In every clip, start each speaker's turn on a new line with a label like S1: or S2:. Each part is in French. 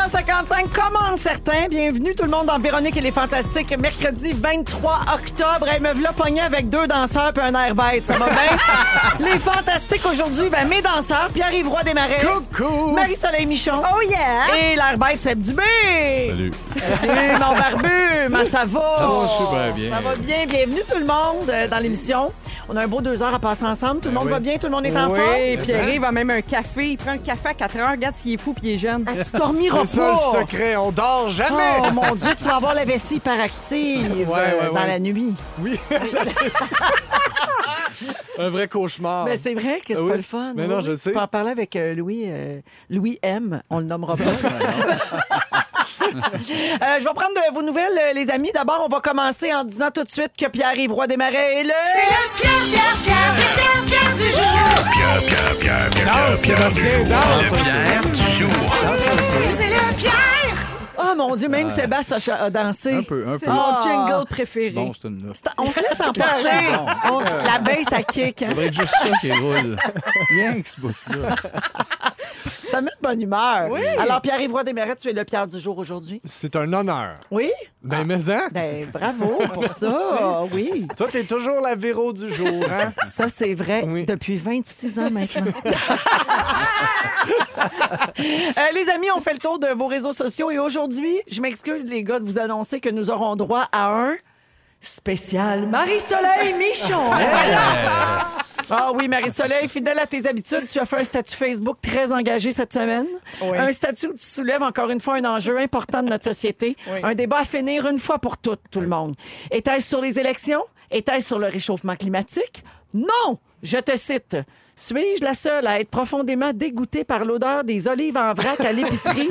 S1: 5 commandes, certains. Bienvenue tout le monde dans Véronique et les Fantastiques, mercredi 23 octobre. Elle me v'là pogné avec deux danseurs puis un air bête. Ça va bien? les Fantastiques aujourd'hui, ben, mes danseurs, Pierre-Yves Roy Desmarais.
S2: Coucou!
S1: Marie-Soleil Michon.
S3: Oh yeah!
S1: Et l'air bête, Seb Dubé.
S4: Salut.
S1: Salut, mon barbu. Comment ça va?
S4: Ça va super bien.
S1: Ça va bien. Bienvenue tout le monde euh, dans l'émission. On a un beau deux heures à passer ensemble. Tout le
S4: Ben
S1: monde
S4: oui.
S1: va bien? Tout le monde est en forme?
S3: Oui, Pierre-Yves a même un café. Il prend un café à 4 heures. Regarde s'il est fou puis il est jeune.
S1: Tu dormiras
S2: C'est ça le
S1: pas.
S2: secret, on dort jamais!
S1: Oh mon Dieu, tu vas avoir la vessie hyperactive
S2: Ouais,
S1: euh,
S2: ouais,
S1: dans
S2: ouais.
S1: la nuit.
S2: Oui! Oh. Un vrai cauchemar.
S1: Mais c'est vrai que c'est
S2: Ah oui?
S1: pas le fun.
S2: Mais non,
S1: Oui,
S2: je
S1: oui.
S2: sais.
S1: Tu peux en parler avec euh, Louis, euh, Louis M. On le nommera pas. Euh, je vais prendre de vos nouvelles, euh, les amis. D'abord, on va commencer en disant tout de suite que Pierre-Yves Roy Desmarais est là.
S2: Danse, Sébastien, danse!
S1: Oh mon Dieu, même Sébastien a, a dansé.
S4: Un peu, un peu.
S3: C'est mon
S1: Ah.
S3: jingle
S4: C'est
S3: préféré.
S4: bon, c'est une note.
S1: C'est- On se laisse emporter.
S4: bon.
S1: On se- La baisse à kick. hein.
S4: Ça devrait être juste ça qui roule. Rien que ce bout-là.
S1: Ça met de bonne humeur. Alors, Pierre-Yves Roy Desmarais, tu es le Pierre du jour aujourd'hui.
S2: C'est un honneur.
S1: Oui?
S2: Ben, mais hein?
S1: Ben, bravo pour ça. oui.
S2: Toi, t'es toujours la Véro du jour, hein?
S1: Ça, c'est vrai
S2: Oui.
S1: depuis 26 ans maintenant. Euh, les amis, on fait le tour de vos réseaux sociaux et aujourd'hui, je m'excuse les gars de vous annoncer que nous aurons droit à un spécial Marie-Soleil Michon. Ah oui, Marie-Soleil, fidèle à tes habitudes, tu as fait un statut Facebook très engagé cette semaine. Un statut où tu soulèves encore une fois un enjeu important de notre société. Un débat à finir une fois pour toutes, tout le monde. Était-ce sur les élections? Était-ce sur le réchauffement climatique? Non! Je te cite. Suis-je la seule à être profondément dégoûtée par l'odeur des olives en vrac à l'épicerie?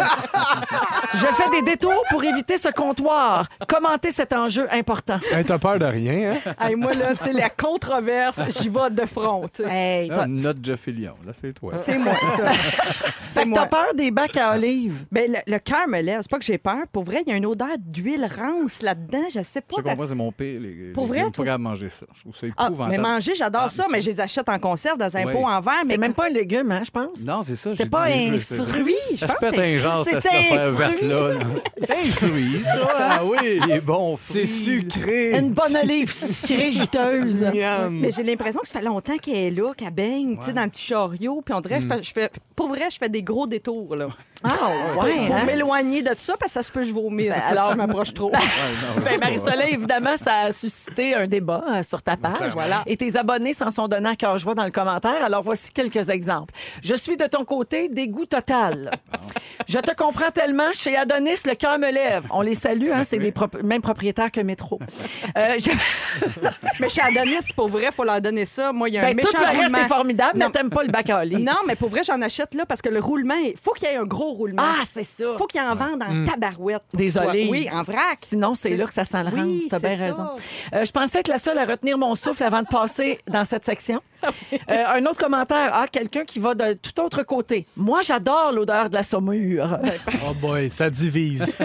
S1: Je fais des détours pour éviter ce comptoir. Commentez cet enjeu important.
S2: Hey, T'as peur de rien, hein?
S3: Hey, moi, là, tu sais, la controverse, j'y vais de front. tu sais. Ah.
S1: Hey,
S4: Là,
S1: t'as-
S4: une note Jeff Fillion. Là, c'est toi.
S3: C'est moi, ça.
S1: fait
S3: C'est
S1: que t'as
S3: moi.
S1: peur des bacs à olives.
S3: Ben, le, le cœur me lève. C'est pas que j'ai peur. Pour vrai, il y a une odeur d'huile rance là-dedans. Je sais pas.
S4: Je comprends, c'est mon pire. Les,
S3: Pour
S4: les-
S3: vrai,
S4: j'aime pas
S3: toi?
S4: capable de manger ça. Je trouve ça
S3: Ah,
S4: épouvantable.
S3: mais manger, j'adore
S4: Ah,
S3: ça,
S4: tu-
S3: mais je les achète en conserve dans un
S4: Oui.
S3: pot en verre. Mais
S1: C'est même pas un légume, hein, je pense.
S4: Non, c'est ça. j'ai
S1: C'est pas
S4: dit
S1: un
S4: jeux, c'est-
S1: fruit, je
S4: Ça se
S1: pense.
S4: pète un genre,
S1: C'est
S4: cette affaire
S1: un fruit.
S4: verte-là. là. C'est un fruit, ça.
S2: Ah oui!
S4: Il est bon.
S2: C'est sucré!
S1: Une bonne olive sucrée juteuse.
S2: Miam!
S3: Mais j'ai l'impression que ça fait longtemps qu'elle est là, qu'elle baigne, tu sais, dans le petit chariot. Puis on dirait, que je fais- je fais, pour vrai, je fais des gros détours, là.
S1: Ah, ouais.
S3: pour
S1: hein?
S3: m'éloigner de ça, parce que ça se peut que je vomisse. alors, je m'approche trop.
S1: Ben, Marie-Soleil, évidemment, ça a suscité un débat euh, sur ta page. Voilà. Et tes abonnés s'en sont donnés à cœur joie dans le commentaire. Alors, voici quelques exemples. Je suis de ton côté dégoût total. Je te comprends tellement. Chez Adonis, le cœur me lève. On les salue, hein, c'est les prop- mêmes propriétaires que Métro. Euh, je-
S3: mais chez Adonis, pour vrai, faut leur donner ça. Moi, il y a un
S1: Ben,
S3: méchant
S1: tout le reste
S3: roulement.
S1: est formidable, mais
S3: Non.
S1: t'aimes pas le bac à olives.
S3: Non, mais pour vrai, j'en achète là parce que le roulement, il faut qu'il y ait un gros roulement.
S1: Ah, c'est ça.
S3: faut qu'il en vende en tabarouette. pour que ce soit-
S1: Désolée.
S3: Oui, en vrac.
S1: Sinon, c'est là que ça sent le
S3: Oui,
S1: rang. T'as bien
S3: c'est
S1: raison.
S3: ça.
S1: Euh, je pensais être la seule à retenir mon souffle avant de passer dans cette section.
S3: Ah
S1: Euh, un autre commentaire. Ah, quelqu'un qui va de tout autre côté. Moi, j'adore l'odeur de la
S3: Ah,
S1: saumure.
S3: ben,
S2: Oh boy, ça divise.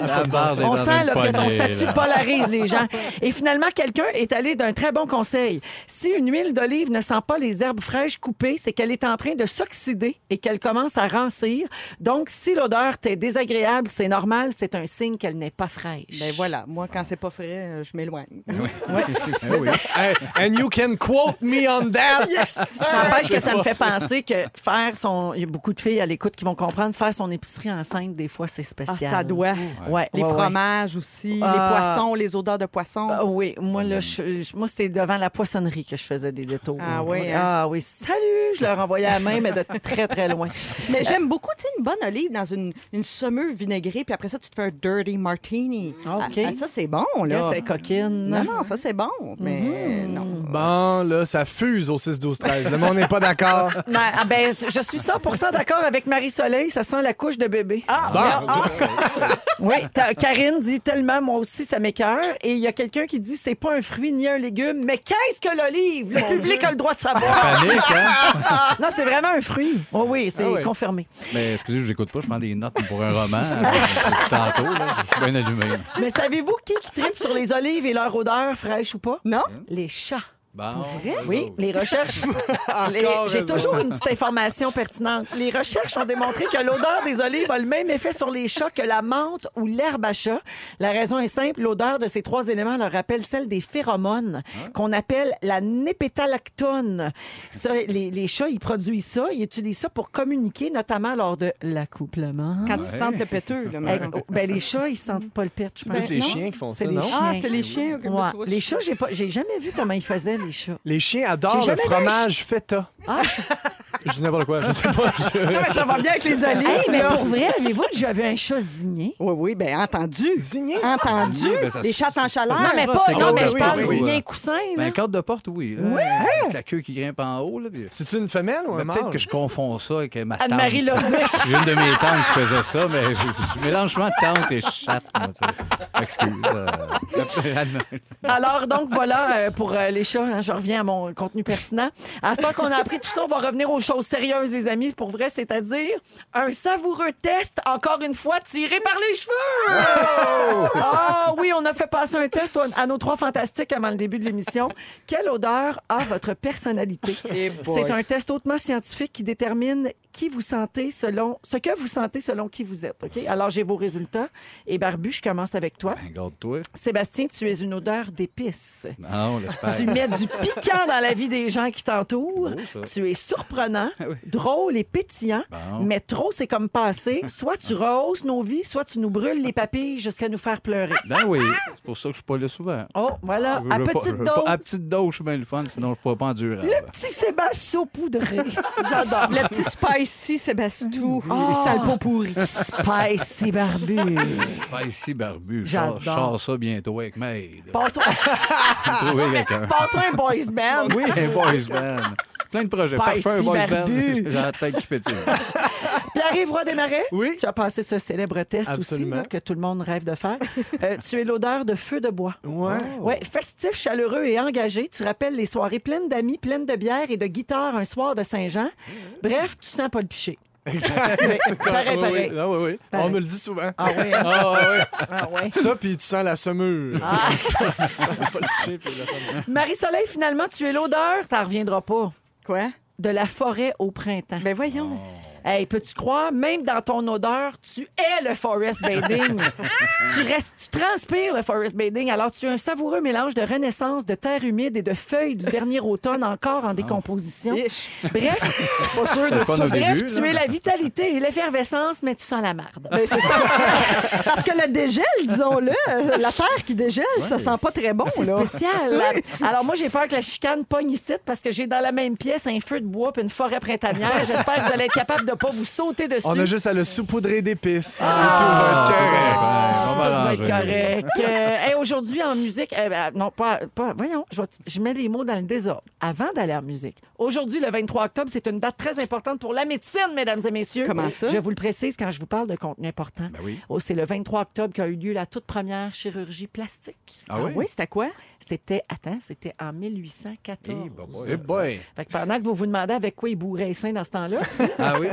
S4: La barre est
S1: On
S4: dans
S1: sent
S4: une
S1: là, que ton
S4: poignée,
S1: statut
S4: là.
S1: polarise les gens. Et finalement, quelqu'un est allé d'un très bon conseil. Si une huile d'olive ne sent pas les herbes fraîches coupées, c'est qu'elle est en train de s'oxyder et qu'elle commence à rancir. Donc, si l'odeur t'est désagréable, c'est normal, c'est un signe qu'elle n'est pas fraîche.
S3: Ben voilà, moi, quand c'est pas frais, euh, je m'éloigne.
S4: Eh oui.
S2: Hey, and you can quote me on that!
S1: N'empêche que ça me fait penser que faire son. Il y a beaucoup de filles à l'écoute qui vont comprendre, faire son épicerie enceinte, des fois, c'est
S3: Ah,
S1: spécial.
S3: ça doit.
S1: Ouais,
S3: Les
S1: ouais, ouais.
S3: fromages aussi, les
S1: Ah.
S3: poissons, les odeurs de poissons.
S1: Ah oui, moi, là, je- je- moi, c'est devant la poissonnerie que je faisais des détours.
S3: Ah oui, hein?
S1: Ah oui, salut! Je leur envoyais la main, mais de très, très loin.
S3: Mais j'aime beaucoup, tu sais, une bonne olive dans une, une saumure vinaigrée, puis après ça, tu te fais un dirty martini.
S1: OK.
S3: Ah, ah, ça, c'est bon, là.
S1: Là, c'est Mm-hmm. coquine.
S3: Non, non, ça, c'est bon, mais non.
S2: Bon, là, ça fuse au 6-12-13. Le monde n'est pas d'accord.
S1: Non, ah ben, je suis 100 d'accord avec Marie-Soleil, ça sent la couche de bébé. Ah,
S2: Bon.
S1: Oui, ta- Karine dit tellement, moi aussi, ça m'écœure. Et il y a quelqu'un qui dit, c'est pas un fruit ni un légume, mais qu'est-ce que l'olive? Le public a le droit de savoir.
S4: Panique, hein?
S1: non, c'est vraiment un fruit. Oh oui, c'est
S2: Ah oui.
S1: confirmé.
S4: Mais excusez, je vous écoute pas, je prends des notes pour un roman. euh, Tantôt, là, je suis bien allumé.
S1: Mais savez-vous qui, qui tripe sur les olives et leur odeur, fraîche ou pas?
S3: Non?
S1: Les chats.
S4: Bon.
S3: vrai?
S4: eux
S1: Oui,
S4: autres.
S1: les recherches. les-
S2: Encore
S1: J'ai
S2: raison.
S1: toujours une petite information pertinente. Les recherches ont démontré que l'odeur des olives a le même effet sur les chats que la menthe ou l'herbe à chat. La raison est simple l'odeur de ces trois éléments leur rappelle celle des phéromones,
S2: Hein?
S1: qu'on appelle la népetalactone. Ça, les, les chats, ils produisent ça, ils utilisent ça pour communiquer, notamment lors de l'accouplement.
S3: Quand
S4: Ouais.
S3: ils sentent le péteux, là,
S1: Eh,
S3: mettons.
S1: oh, ben, les chats, ils sentent pas le pet, je pense.
S2: C'est plus les
S1: Non?
S2: chiens qui font
S1: C'est
S2: ça,
S1: les
S2: non?
S1: chiens.
S3: Ah, c'est les chiens. ok,
S1: Ouais.
S3: moi, tu vois,
S1: Les
S3: je-
S1: chats, j'ai pas, j'ai jamais vu comment ils faisaient les chats.
S2: Les chiens
S1: J'ai
S2: adorent le
S1: jamais vu un
S2: fromage feta.
S1: Ah.
S2: Je dis n'importe quoi, je sais pas. je-
S1: ça va bien avec les olives. mais pour vrai, avez-vous déjà vu un chat zigné?
S3: Oui, oui, bien entendu.
S2: Zigné.
S3: Entendu.
S4: Zigné, ben, ça
S3: les
S4: se-
S3: chattes en
S4: c'est-
S3: chaleur.
S1: Non,
S4: Ah,
S1: mais
S4: ça,
S1: pas.
S4: c'est
S1: Non,
S4: gros,
S1: mais je
S4: oui,
S1: parle
S4: oui, oui.
S1: zigné coussin,
S4: Ben,
S1: là.
S4: un cadre de porte, oui. là, Avec la queue qui grimpe en haut. Là, puis-
S2: C'est-tu une femelle ou un
S4: Mais
S2: mâle?
S4: Peut-être que je confonds ça avec ma tante.
S1: Anne-Marie Lozic.
S4: J'ai une de mes tantes qui faisait ça, mais je, je mélange souvent tante et chatte. moi, tu sais. Excuse. euh, Anne-Marie.
S1: Alors, donc, voilà euh, pour euh, les chats. hein, je reviens à mon contenu pertinent. À ce temps qu'on a appris tout ça, on va revenir aux choses sérieuses, les amis, pour vrai, c'est-à-dire un savoureux test, encore une fois, tiré par les cheveux. Ah oui, on a fait passer un test à- à nos trois fantastiques avant le début de l'émission. Quelle odeur a votre personnalité? C'est un test hautement scientifique qui détermine qui vous sentez selon ce que vous sentez selon qui vous êtes. OK? Alors, j'ai vos résultats. Et Barbu, je commence avec toi.
S4: Ben, garde-toi.
S1: Sébastien, tu es une odeur d'épices.
S4: Non, l'espère.
S1: Tu mets du piquant dans la vie des gens qui t'entourent.
S4: C'est beau, ça. Ah
S1: Tu es surprenant, drôle et pétillant.
S4: Bon.
S1: Mais trop, c'est comme passé. Soit tu rehausses nos vies, soit tu nous brûles les papilles jusqu'à nous faire pleurer.
S4: Ben oui, c'est pour ça que je suis pas là souvent.
S1: Oh, voilà,
S4: Je
S1: à
S4: veux pas- je
S1: petite
S4: veux
S1: dose.
S4: pas- à petite dose, je suis bien le fun, sinon je ne pourrais pas endurer.
S1: Petit Sébastien saupoudré. J'adore.
S3: Le petit spicy
S1: Mm.
S3: Sébastou.
S1: Ah.
S3: Oh, sale pot pourri.
S1: Spicy barbu.
S4: Pas ici, barbu. Je sors- je
S1: J'adore.
S4: sors ça bientôt avec Maid.
S1: Pars-toi
S4: Trouver quelqu'un.
S1: pars-toi un boys band.
S4: Oui, un boys band. Plein de projets.
S1: Pas
S4: Parfait, un
S1: ici,
S4: boys band.
S1: barbu.
S4: J'ai la tête qui pétille.
S1: Pierre-Yves Roy Desmarais,
S2: Oui.
S1: tu as passé ce célèbre test
S2: Absolument.
S1: aussi là, que tout le monde rêve de faire. Euh, tu es l'odeur de feu de bois.
S2: Ouais.
S1: Ouais, festif, chaleureux et engagé. Tu rappelles les soirées pleines d'amis, pleines de bière et de guitare un soir de Saint-Jean. Bref, tu sens pas le piché.
S2: Exact.
S1: Oui,
S2: C'est
S1: pareil,
S2: oui,
S1: pareil.
S2: oui. Ah, oui, oui.
S1: Pareil.
S2: On me le dit souvent.
S1: Ah oui, hein?
S2: Ah, ouais.
S1: ah ouais.
S2: Ça, puis tu sens la semure.
S1: Ah.
S2: Tu sens pas le chien, puis la semure.
S1: Marie-Soleil, finalement, tu es l'odeur, t'en reviendras pas,
S3: Quoi?
S1: de la forêt au printemps.
S3: Ben voyons.
S1: Hey, peux-tu croire, même dans ton odeur, tu es le forest bathing. tu, restes, tu transpires le forest bathing. Alors, tu as un savoureux mélange de renaissance, de terre humide et de feuilles du dernier automne encore en décomposition.
S3: Ish.
S1: Bref,
S2: Pas sûr de
S4: C'est fun
S2: ça.
S4: au
S1: bref
S4: début,
S1: tu
S4: là.
S1: es la vitalité et l'effervescence, mais tu sens la marde.
S3: Ben, c'est ça. Parce que le dégel, disons-le, euh, la terre qui dégèle, ça sent pas très bon,
S1: C'est
S3: là.
S1: spécial. Oh, Alors, moi, j'ai peur que la chicane pogne ici parce que j'ai dans la même pièce un feu de bois puis une forêt printanière. J'espère que vous allez être capable de pas vous sauter dessus.
S2: On a juste à le saupoudrer d'épices. Et tout
S1: Ah.
S2: va être correct.
S4: Ah,
S1: Tout va être
S4: correct. On va arranger.
S1: correct. Euh, hey, Aujourd'hui, en musique, eh ben, non, pas, pas- Voyons, je, vais- je mets les mots dans le désordre avant d'aller en musique. Aujourd'hui, le 23 octobre, c'est une date très importante pour la médecine, mesdames et messieurs.
S3: Comment ça?
S1: Je vous le précise quand je vous parle de contenu important.
S4: Ben oui.
S1: Oh, c'est le 23 octobre qu'a eu lieu la toute première chirurgie plastique.
S4: Ah oui?
S3: c'était quoi?
S1: C'était, attends, c'était en 1814.
S4: Eh, bah, ouais.
S2: Eh boy.
S1: Fait que pendant que vous vous demandez avec quoi il bourrait les seins dans ce temps-là,
S4: Ah oui?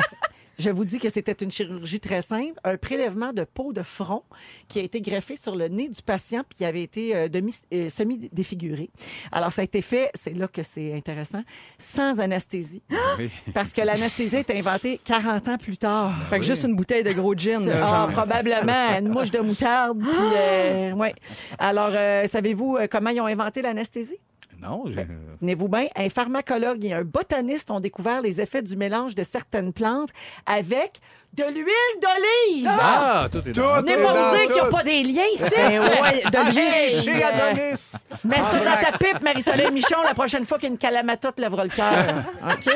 S1: je vous dis que c'était une chirurgie très simple, un prélèvement de peau de front qui a été greffé sur le nez du patient puis qui avait été euh, demi- euh, semi-défiguré. Alors, ça a été fait, c'est là que c'est intéressant, sans anesthésie,
S4: oui.
S1: parce que l'anesthésie a été inventée 40 ans plus tard.
S3: Fait que
S4: oui.
S3: juste une bouteille de gros gin, là,
S1: Ah,
S3: genre.
S1: probablement une mouche de moutarde. puis, euh, ouais. Alors, euh, savez-vous euh, comment ils ont inventé l'anesthésie?
S4: Non, j'ai.
S1: Tenez-vous bien, un pharmacologue et un botaniste ont découvert les effets du mélange de certaines plantes avec de l'huile d'olive.
S4: Ah, tout est
S2: Tout
S4: dans-
S1: Venez
S2: est
S1: pas
S2: dans
S1: me dire qu'il n'y a
S2: tout.
S1: pas des liens ici.
S2: Ah,
S1: Hey,
S2: chez- chez
S1: euh,
S2: Adonis.
S1: Mets ça
S2: Ah,
S1: dans ta pipe, Marie-Soleil Michon, la prochaine fois qu'une calamata te lèvera le cœur. OK?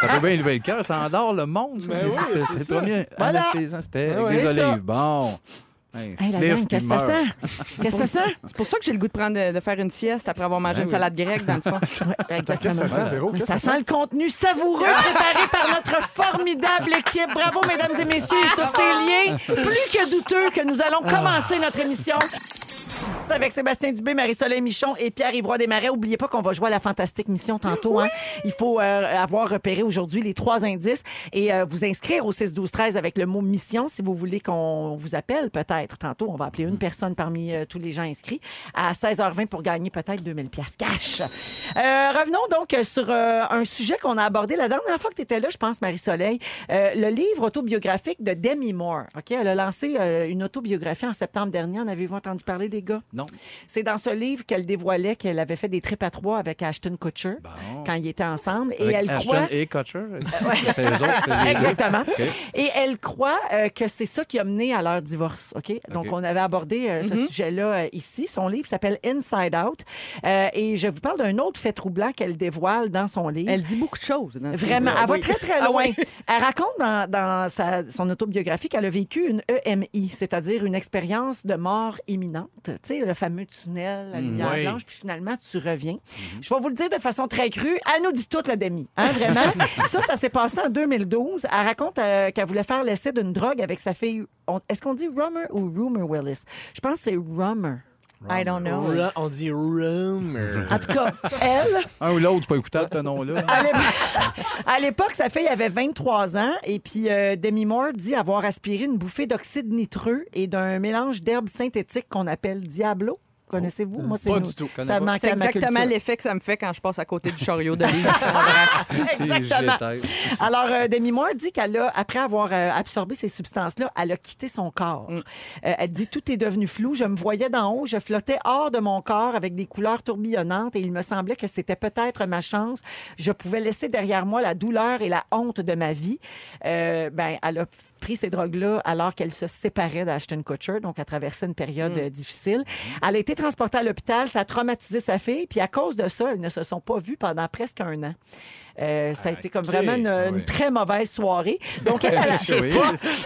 S4: Ça peut bien lever le cœur, ça endort le monde. ça.
S2: Ben
S4: C'est-
S2: oui,
S4: C'était
S2: c'est
S4: c'était
S2: ça.
S4: le premier
S1: Voilà.
S4: anesthésiant, c'était
S1: Ouais,
S4: avec des
S1: c'est ça.
S4: olives. Bon. Hey,
S1: Hey, la
S4: sniff,
S1: gang,
S4: puis
S1: qu'est-ce que ça
S4: meurt.
S1: sent? Qu'est-ce que ça sent?
S3: C'est pour ça que j'ai le goût de prendre de, de faire une sieste après avoir mangé
S4: Ben
S3: une
S4: oui.
S3: salade grecque, dans le fond.
S1: Ouais,
S2: Qu'est-ce
S1: exactement.
S2: que ça sent, Véro?
S1: Mais
S2: Qu'est-ce
S1: ça sent le contenu savoureux préparé par notre formidable équipe. Bravo, mesdames et messieurs. Et sur ces liens plus que douteux que nous allons commencer notre émission. avec Sébastien Dubé, Marie-Soleil Michon et Pierre-Yves Roy Desmarais. Oubliez pas qu'on va jouer à la fantastique mission tantôt. hein. Il faut euh, avoir repéré aujourd'hui les trois indices et euh, vous inscrire au 6-12-13 avec le mot mission si vous voulez qu'on vous appelle peut-être tantôt. On va appeler une personne parmi euh, tous les gens inscrits à 16h20 pour gagner peut-être 2000 pièces cash. Euh, revenons donc euh, sur euh, un sujet qu'on a abordé la dernière fois que tu étais là, je pense, Marie-Soleil. Euh, le livre autobiographique de Demi Moore. OK? Elle a lancé euh, une autobiographie en septembre dernier. En avez-vous entendu parler, les gars?
S4: Non.
S1: C'est dans ce livre qu'elle dévoilait qu'elle avait fait des trips à trois avec Ashton Kutcher quand ils étaient ensemble. Et
S4: Avec
S1: elle
S4: Ashton
S1: croit. Euh,
S4: et Kutcher. C'était les autres, c'était les deux.
S1: Exactement.
S4: OK.
S1: Et elle croit euh, que c'est ça qui a mené à leur divorce. OK? Donc,
S4: OK.
S1: on avait abordé euh, ce sujet-là euh, ici. Son livre s'appelle Inside Out. Euh, et je vous parle d'un autre fait troublant qu'elle dévoile dans son livre.
S3: Elle dit beaucoup de choses. dans ce
S1: Vraiment,
S3: livre-là.
S1: elle va
S3: Oui.
S1: très, très
S3: Ah
S1: loin.
S3: oui.
S1: Elle raconte dans, dans sa- son autobiographie qu'elle a vécu une EMI, c'est-à-dire une expérience de mort imminente. Tu sais, le fameux tunnel,
S3: Mm,
S1: la lumière
S2: oui.
S1: blanche, puis finalement, tu reviens.
S3: Mm-hmm.
S1: Je vais vous le dire de façon très crue, elle nous dit tout, la demi. Hein, vraiment? ça, ça s'est passé en 2012. Elle raconte euh, qu'elle voulait faire l'essai d'une drogue avec sa fille. on- Est-ce qu'on dit Rummer ou Rumor Willis? Je pense que c'est Rummer.
S3: I don't know.
S2: Ru- On dit rumor.
S1: En tout cas, elle,
S4: Un ou l'autre, c'est pas écoutable, ce nom-là.
S1: À l'ép- À l'époque, sa fille avait 23 ans et puis euh, Demi Moore dit avoir aspiré une bouffée d'oxyde nitreux et d'un mélange d'herbes synthétiques qu'on appelle Diablo. Connaissez-vous? Moi, c'est
S2: Oh, Pas
S1: nous-
S2: du tout.
S1: Ça
S4: Connais pas.
S1: manquait
S3: C'est
S1: à ma
S3: exactement
S1: culture.
S3: l'effet que ça me fait quand je passe à côté du chariot de livres.
S4: Tu sais, je
S1: Exactement.
S4: déteste.
S1: Alors, euh, Demi Moore dit qu'elle a, après avoir euh, absorbé ces substances-là, elle a quitté son corps. Euh, elle dit Tout est devenu flou. Je me voyais d'en haut, je flottais hors de mon corps avec des couleurs tourbillonnantes et il me semblait que c'était peut-être ma chance. Je pouvais laisser derrière moi la douleur et la honte de ma vie. Euh, ben, elle a pris ces drogues-là alors qu'elle se séparait d'Ashton Kutcher, donc elle traversait une période euh, difficile. Elle a été transportée à l'hôpital, ça a traumatisé sa fille, puis à cause de ça, elles ne se sont pas vues pendant presque un an. Euh, ça a été comme
S2: Ah, ok.
S1: vraiment une, une
S4: Oui.
S1: très mauvaise soirée. Donc, elle, elle, a-
S4: Oui,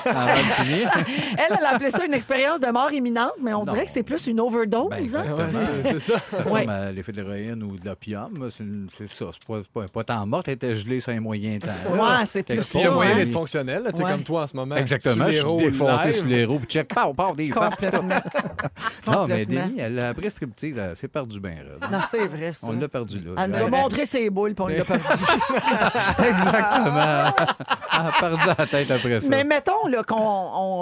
S4: avant de finir.
S1: elle, elle a appelé ça une expérience de mort imminente, mais on
S4: Non.
S1: dirait que c'est plus une overdose.
S4: Ben,
S1: hein.
S4: exactement.
S2: Ouais, c'est- Ah, c'est ça.
S4: Ça
S1: Ouais.
S4: ressemble à l'effet de l'héroïne ou de l'opium. C'est une- C'est ça. C'est pas, c'est pas, pas tant morte, elle était gelée sur un moyen temps.
S1: Ouais, c'est
S4: Quelque
S1: plus hein.
S2: Puis il
S4: part,
S2: y a moyen
S1: Ouais.
S2: d'être fonctionnel, là, tu sais,
S1: Ouais.
S2: comme toi en ce moment.
S4: Exactement,
S2: Sous
S4: je
S2: les
S4: suis
S2: rôles
S4: défoncé
S2: live.
S4: sur les roues. puis Check, pow, pow, des faces.
S1: Complètement.
S4: Non, mais
S1: complètement.
S4: Demi, elle a pris striptease, elle s'est perdue bien. raide.
S1: Non, c'est vrai, ça.
S4: On l'a perdue là.
S1: Elle nous a
S4: Elle-
S1: montré ses boules, puis on l'a pas vu.
S4: Exactement. Elle a perdu la tête après ça.
S1: Mais mettons là, qu'on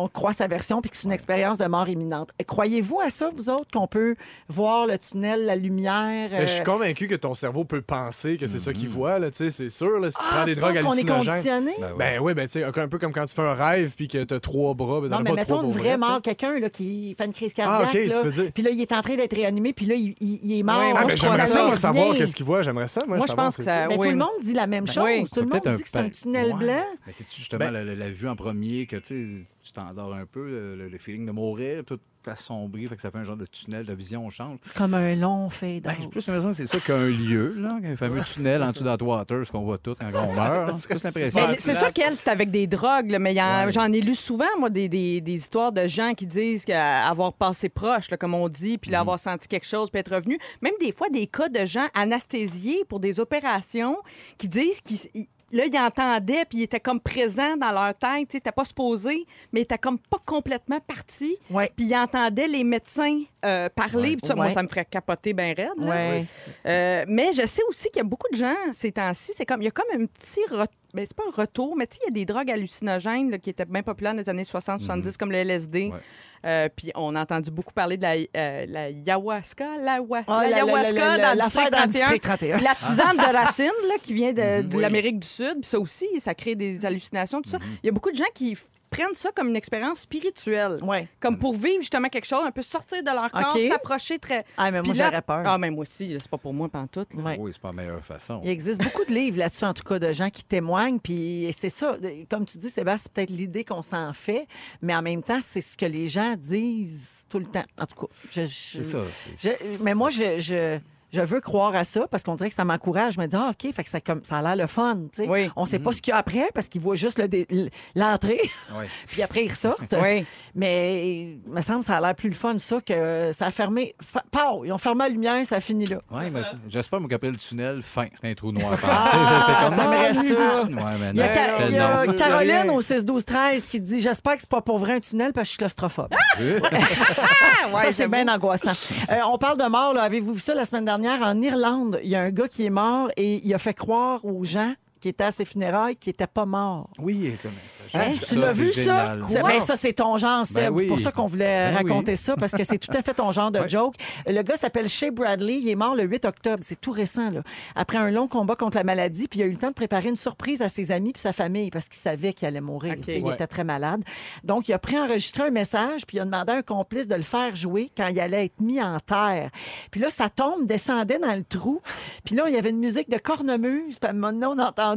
S1: on croit sa version puis que c'est une expérience de mort imminente. Croyez-vous à ça, vous autres, qu'on peut voir le tunnel, la lumière?
S2: Mais Ben, je suis
S1: euh,
S2: convaincu que ton cerveau peut penser que c'est ça qu'il voit, là, tu sais, c'est sûr, là, si tu
S1: ah,
S2: prends des
S1: tu
S2: drogues
S1: penses qu'on est
S2: hallucinogènes.
S1: conditionné?
S4: Ben ouais.
S2: Ben oui, ben tu sais, un peu comme quand tu fais un rêve puis que t'as trois bras, ben t'en
S1: Non,
S2: as
S1: mais
S2: pas trois
S1: mettons
S2: pour
S1: une
S2: vrai,
S1: vraie mort, quelqu'un là, qui fait une crise
S2: Ah,
S1: cardiaque.
S2: ok, tu
S1: là,
S2: veux dire.
S1: Puis là, il est en train d'être réanimé, puis là, il, il- il est mort.
S3: Ouais,
S2: Ah,
S3: Moi,
S2: ben
S3: je
S2: j'aimerais
S3: crois
S2: ça,
S3: que-
S2: moi,
S1: Rien.
S2: savoir qu'est-ce qu'il voit. J'aimerais ça, moi,
S3: Moi, je
S2: savoir,
S3: pense
S2: c'est
S3: que ça-
S1: Mais
S3: oui.
S1: Ben, tout le monde dit la même chose.
S3: oui,
S1: tout le
S4: Peut-être
S1: monde dit que c'est un
S4: par-
S1: tunnel
S4: Ouais.
S1: blanc.
S4: Mais c'est-tu justement
S2: Ben-
S4: la, la- la vue en premier que tu sais, tu t'endors un peu, le, le feeling de mourir, tout assombri, fait que ça fait un genre de tunnel, de vision, on change.
S1: C'est comme un long fade
S4: Ben, j'ai plus l'impression que c'est ça qu'un lieu, là, un fameux tunnel en dessous d'Atwater, ce qu'on voit tout quand on meurt. là. C'est plus l'impression.
S3: Mais c'est sûr qu'elle, c'est avec des drogues, là, mais il y en-
S4: Ouais.
S3: j'en ai lu souvent, moi, des, des- des histoires de gens qui disent qu'avoir passé proche, là, comme on dit,
S4: Mhm.
S3: puis là, avoir senti quelque chose, puis être revenu. Même des fois, des cas de gens anesthésiés pour des opérations qui disent qu'ils. ils- Là, ils entendaient, puis ils étaient comme présents dans leur tête. Tu sais, t'es pas supposé, mais t'es comme pas complètement parti.
S1: Ouais.
S3: Puis ils entendaient les médecins euh, parler. puis ça, Moi,
S1: Ouais.
S3: ça me ferait capoter bien raide. là.
S1: Ouais.
S3: Euh, mais je sais aussi qu'il y a beaucoup de gens ces temps-ci, c'est comme il y a comme un petit re- ben, c'est pas un retour, mais tu sais, il y a des drogues hallucinogènes là, qui étaient bien populaires dans les années 60, 70, comme le LSD.
S4: Mm-hmm. Ouais.
S3: Euh, puis on a entendu beaucoup parler de la, euh, la ayahuasca, la, wa-
S1: Ah,
S3: la
S1: la- la-
S3: ayahuasca
S1: la- la-
S3: dans le
S1: l'affaire
S3: district
S1: dans le
S3: 31.
S1: district 31.
S3: La tisane de racine là, qui vient de, de
S4: Mm-hmm. Oui. Mm-hmm.
S3: l'Amérique du Sud, puis ça aussi, ça crée des hallucinations, tout ça. Il y a beaucoup de gens qui f- prennent ça comme une expérience spirituelle.
S1: Ouais.
S3: Comme pour vivre justement quelque chose, un peu sortir de leur corps,
S1: OK.
S3: s'approcher très.
S1: Ah, mais moi,
S3: Puis là-
S1: j'aurais peur.
S3: Ah, mais moi aussi, là, c'est pas pour moi, pantoute. là.
S1: Ouais.
S4: Oui, c'est pas la meilleure façon.
S1: Il existe beaucoup de livres là-dessus, en tout cas, de gens qui témoignent. Puis c'est ça, de- comme tu dis, Sébastien, c'est peut-être l'idée qu'on s'en fait, mais en même temps, c'est ce que les gens disent tout le temps. En tout cas, je. je-
S4: C'est ça. c'est-
S1: je- mais moi, je. je je veux croire à ça parce qu'on dirait que ça m'encourage. Je me dis, ah, OK, fait que ça, comme, ça a l'air le fun. tu sais.
S3: Oui. Mm-hmm.
S1: On ne sait pas ce qu'il y a après parce qu'ils voient juste le dé- l'entrée,
S4: Oui.
S1: puis après ils ressortent.
S3: Oui.
S1: Mais il me semble que ça a l'air plus le fun, ça, que ça a fermé. Fa- pow! Ils ont fermé la lumière, ça finit là.
S4: Ouais, mais c'est- j'espère me qu'après le tunnel, fin, c'est un trou noir.
S1: Ah,
S4: Tu sais, c'est- c'est comme
S1: t'aimerais
S4: Ah, lui,
S1: ça.
S4: le tunnel. Ouais, mais
S1: Il y a,
S4: Ah,
S1: Ca-
S4: ben non, tel
S1: il y a
S4: nom.
S1: Caroline au 6-12-13 qui dit J'espère que c'est pas pour vrai un tunnel parce que je suis claustrophobe.
S3: Ah, ouais,
S1: ça, c'est bien angoissant. Euh, on parle de mort. là. Avez-vous vu ça la semaine dernière? En Irlande, il y a un gars qui est mort et il a fait croire aux gens qui étaient à ses funérailles qu'il n'était pas mort.
S4: Oui, comme ça.
S1: Hein?
S4: j'aime
S1: Tu l'as
S4: c'est
S1: vu,
S4: génial.
S1: ça? C'est- ben, ça, c'est ton genre, Seb.
S4: oui.
S1: C'est pour ça qu'on voulait
S4: Ben
S1: raconter
S4: oui.
S1: ça, parce que c'est tout à fait ton genre de joke. Le gars s'appelle Shea Bradley. Il est mort le 8 octobre. C'est tout récent, là. Après un long combat contre la maladie, puis il a eu le temps de préparer une surprise à ses amis puis sa famille, parce qu'il savait qu'il allait mourir.
S3: OK.
S1: Tu sais, Il
S4: Ouais.
S1: était très malade. Donc, il a préenregistré un message, puis il a demandé à un complice de le faire jouer quand il allait être mis en terre. Puis là, sa tombe descendait dans le trou. Puis là, il y avait une musique de cornemuse. Puis à un moment donné, on a entendu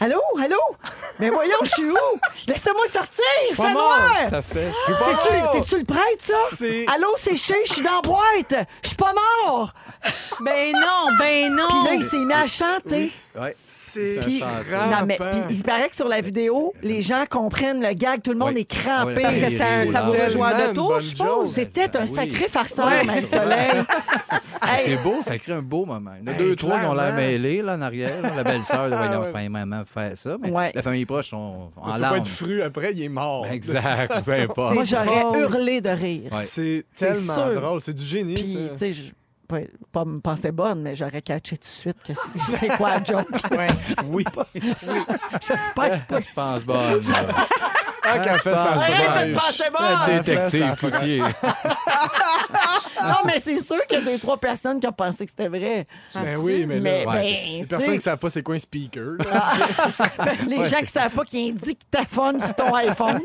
S1: Allô, allô? Mais voyons, je suis où? Laissez-moi sortir!
S4: Je suis
S1: fait
S4: pas mort.
S1: noir!
S4: Ça fait. Je suis pas
S1: C'est-tu,
S4: mort.
S1: c'est-tu le prêtre,
S2: C'est-
S1: ça? Allô, c'est chez, je suis dans la boîte! Je suis pas mort!
S3: Ben non, ben non.
S1: Puis là, il s'est mis à chanter.
S4: Ouais.
S2: C'est
S1: Puis,
S4: chanteur.
S1: non, mais,
S2: Rampant.
S1: puis il paraît que sur la vidéo, les gens comprennent le gag, tout le monde
S4: Oui.
S1: est crampé.
S4: Ah oui,
S3: Parce que
S4: Et
S3: c'est un
S4: c'est
S3: savoureux
S4: tellement
S3: joueur de
S2: une
S3: tour,
S2: bonne
S3: je pense.
S2: chose.
S1: C'était un
S4: Ben Oui.
S1: sacré farceur,
S4: Ouais.
S1: Marie Soleil.
S4: Mais C'est beau, ça crée un beau moment. Il y en a
S2: Hey,
S4: deux, trois qui ont l'air
S2: clairement.
S4: mêlés là, en arrière. là. La belle-sœur, là, voyons,
S2: ouais.
S4: pas maman faire ça. Mais
S1: Ah, Ouais.
S4: la famille proche sont en
S2: Tu peux pas
S4: larmes. Ben,
S2: être fru après, il est mort.
S4: Ah, Exact, peu importe.
S1: Moi, j'aurais
S3: drôle.
S1: hurlé de rire.
S4: Ouais.
S2: C'est
S1: C'est
S2: tellement
S1: sûr.
S2: drôle, c'est du génie.
S1: Puis,
S2: ça.
S1: tu sais, je pas, pas me penser bonne, mais j'aurais catché tout de suite que c'est c'est quoi la joke.
S4: Oui,
S1: J'espère que
S4: je pense bonne. là.
S2: Ah, qu'elle fait
S4: Ah,
S2: ça,
S4: ouais,
S2: sauvage.
S4: mais pas-
S1: c'est
S2: bonne.
S4: Détective Poutier.
S1: Non, mais c'est sûr qu'il y a deux, trois personnes qui ont pensé que c'était vrai.
S2: Ben oui, mais,
S1: Mais,
S2: là,
S4: Ouais.
S2: les
S1: ben, tu
S2: personnes
S1: sais,
S2: qui savent pas c'est quoi un speaker. là.
S1: les gens qui savent pas qu'il y a un dictaphone sur ton iPhone.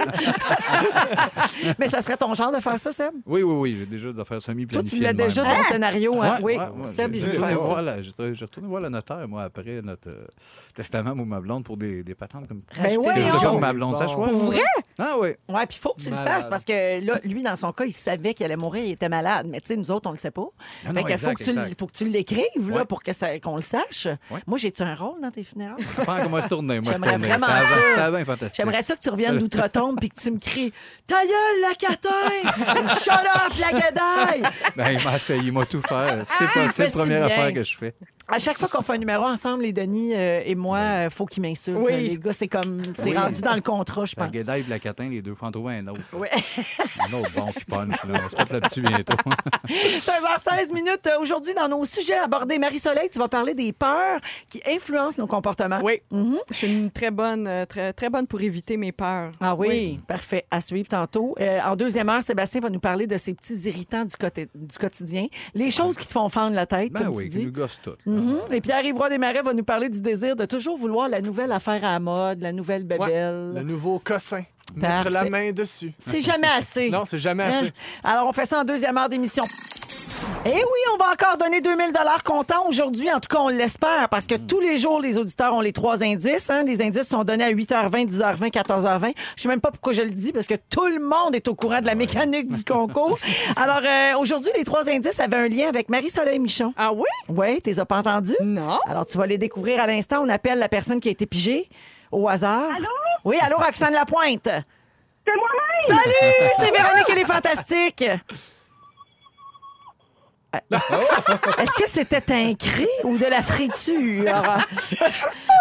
S1: mais ça serait ton genre de faire ça, Seb?
S4: Oui, oui, oui, j'ai déjà des affaires
S1: Toi,
S4: semi-planifiées.
S1: tu l'as
S4: de même.
S1: déjà ton scénario, hein? oui,
S4: Ouais, ouais, ouais,
S1: Seb, il
S4: j'ai
S1: veut
S4: retourné
S1: faire ça.
S4: voir la- J'ai j'ai retourné voir le notaire, moi, après notre euh, testament ou ma blonde pour des, des patentes comme
S1: Ben
S4: que je
S1: voyons.
S4: donne ma blonde. Ça, je
S2: Pour
S4: crois. Ah oui.
S1: Ouais, puis faut que tu le
S2: Malade.
S1: fasses parce que là, lui, dans son cas, il savait qu'il allait mourir, il était malade. Mais tu sais, nous autres, on le sait pas.
S4: Non,
S1: fait
S4: non,
S1: que faut
S4: exact,
S1: que tu, l-
S4: exact.
S1: faut que tu l'écrives là
S4: Ouais.
S1: pour que ça, qu'on le sache.
S4: Ouais.
S1: Moi, j'ai-tu un rôle dans tes funérailles?
S4: Pas comment retourner, moi,
S1: J'aimerais
S4: retourner.
S1: vraiment ça.
S4: C'était avant- C'était bien fantastique.
S1: J'aimerais ça que tu reviennes d'outre-tombe puis que tu me cries Ta gueule, la catin! Shut up, la gadaille!
S4: Ben, il m'a essayé, il m'a tout fait. C'est pas-
S1: il
S4: c'est
S1: fait
S4: la
S1: si
S4: première
S1: bien.
S4: affaire que je fais.
S1: À chaque fois qu'on fait un numéro ensemble, les Denis euh, et moi, euh, faut qu'ils m'insultent.
S3: Oui.
S1: Les gars, c'est comme. C'est
S4: Oui.
S1: rendu dans le contrat, je
S4: La
S1: pense.
S4: guédaille et la catin, les deux, faut en trouver un autre.
S1: Ouais.
S4: Un autre bon qui punch, là. On se porte là-dessus bientôt.
S1: 16h16 minutes. Euh, Aujourd'hui, dans nos sujets abordés, Marie-Soleil, tu vas parler des peurs qui influencent nos comportements.
S3: Oui. Mhm. Je suis une très bonne, euh, très, très bonne pour éviter mes peurs.
S1: Ah oui, parfait. À suivre tantôt. Euh, en deuxième heure, Sébastien va nous parler de ces petits irritants du, côté, du quotidien. Les choses qui te font fendre la tête,
S4: Ben
S1: comme
S4: oui,
S1: tu
S4: qui
S1: dis.
S4: nous gosse tout.
S1: Mhm. Et Pierre-Yves Roy Desmarais va nous parler du désir de toujours vouloir la nouvelle affaire à la mode, la nouvelle
S2: Ouais,
S1: bébelle.
S2: Le nouveau cossin.
S1: Parfait.
S2: Mettre la main dessus.
S1: C'est jamais assez.
S2: Non, c'est jamais assez.
S1: Hein? Alors, on fait ça en deuxième heure d'émission. Eh oui, on va encore donner 2000 dollars comptant aujourd'hui. En tout cas, on l'espère parce que tous les jours, les auditeurs ont les trois indices. hein. Les indices sont donnés à 8h20, 10h20, 14h20. Je sais même pas pourquoi je le dis parce que tout le monde est au courant de la mécanique du concours. Alors, euh, aujourd'hui, les trois indices avaient un lien avec Marie-Soleil Michon.
S3: Ah oui?
S1: Oui, t'es pas entendu?
S5: Oh!
S3: Non.
S1: Alors, tu vas les découvrir à l'instant. On appelle la personne qui a été pigée au hasard. Allô? Oui, allô, Roxane Lapointe.
S5: C'est moi-même!
S1: Salut, c'est Véronique, elle est fantastique. Est-ce que c'était un cri ou de la friture?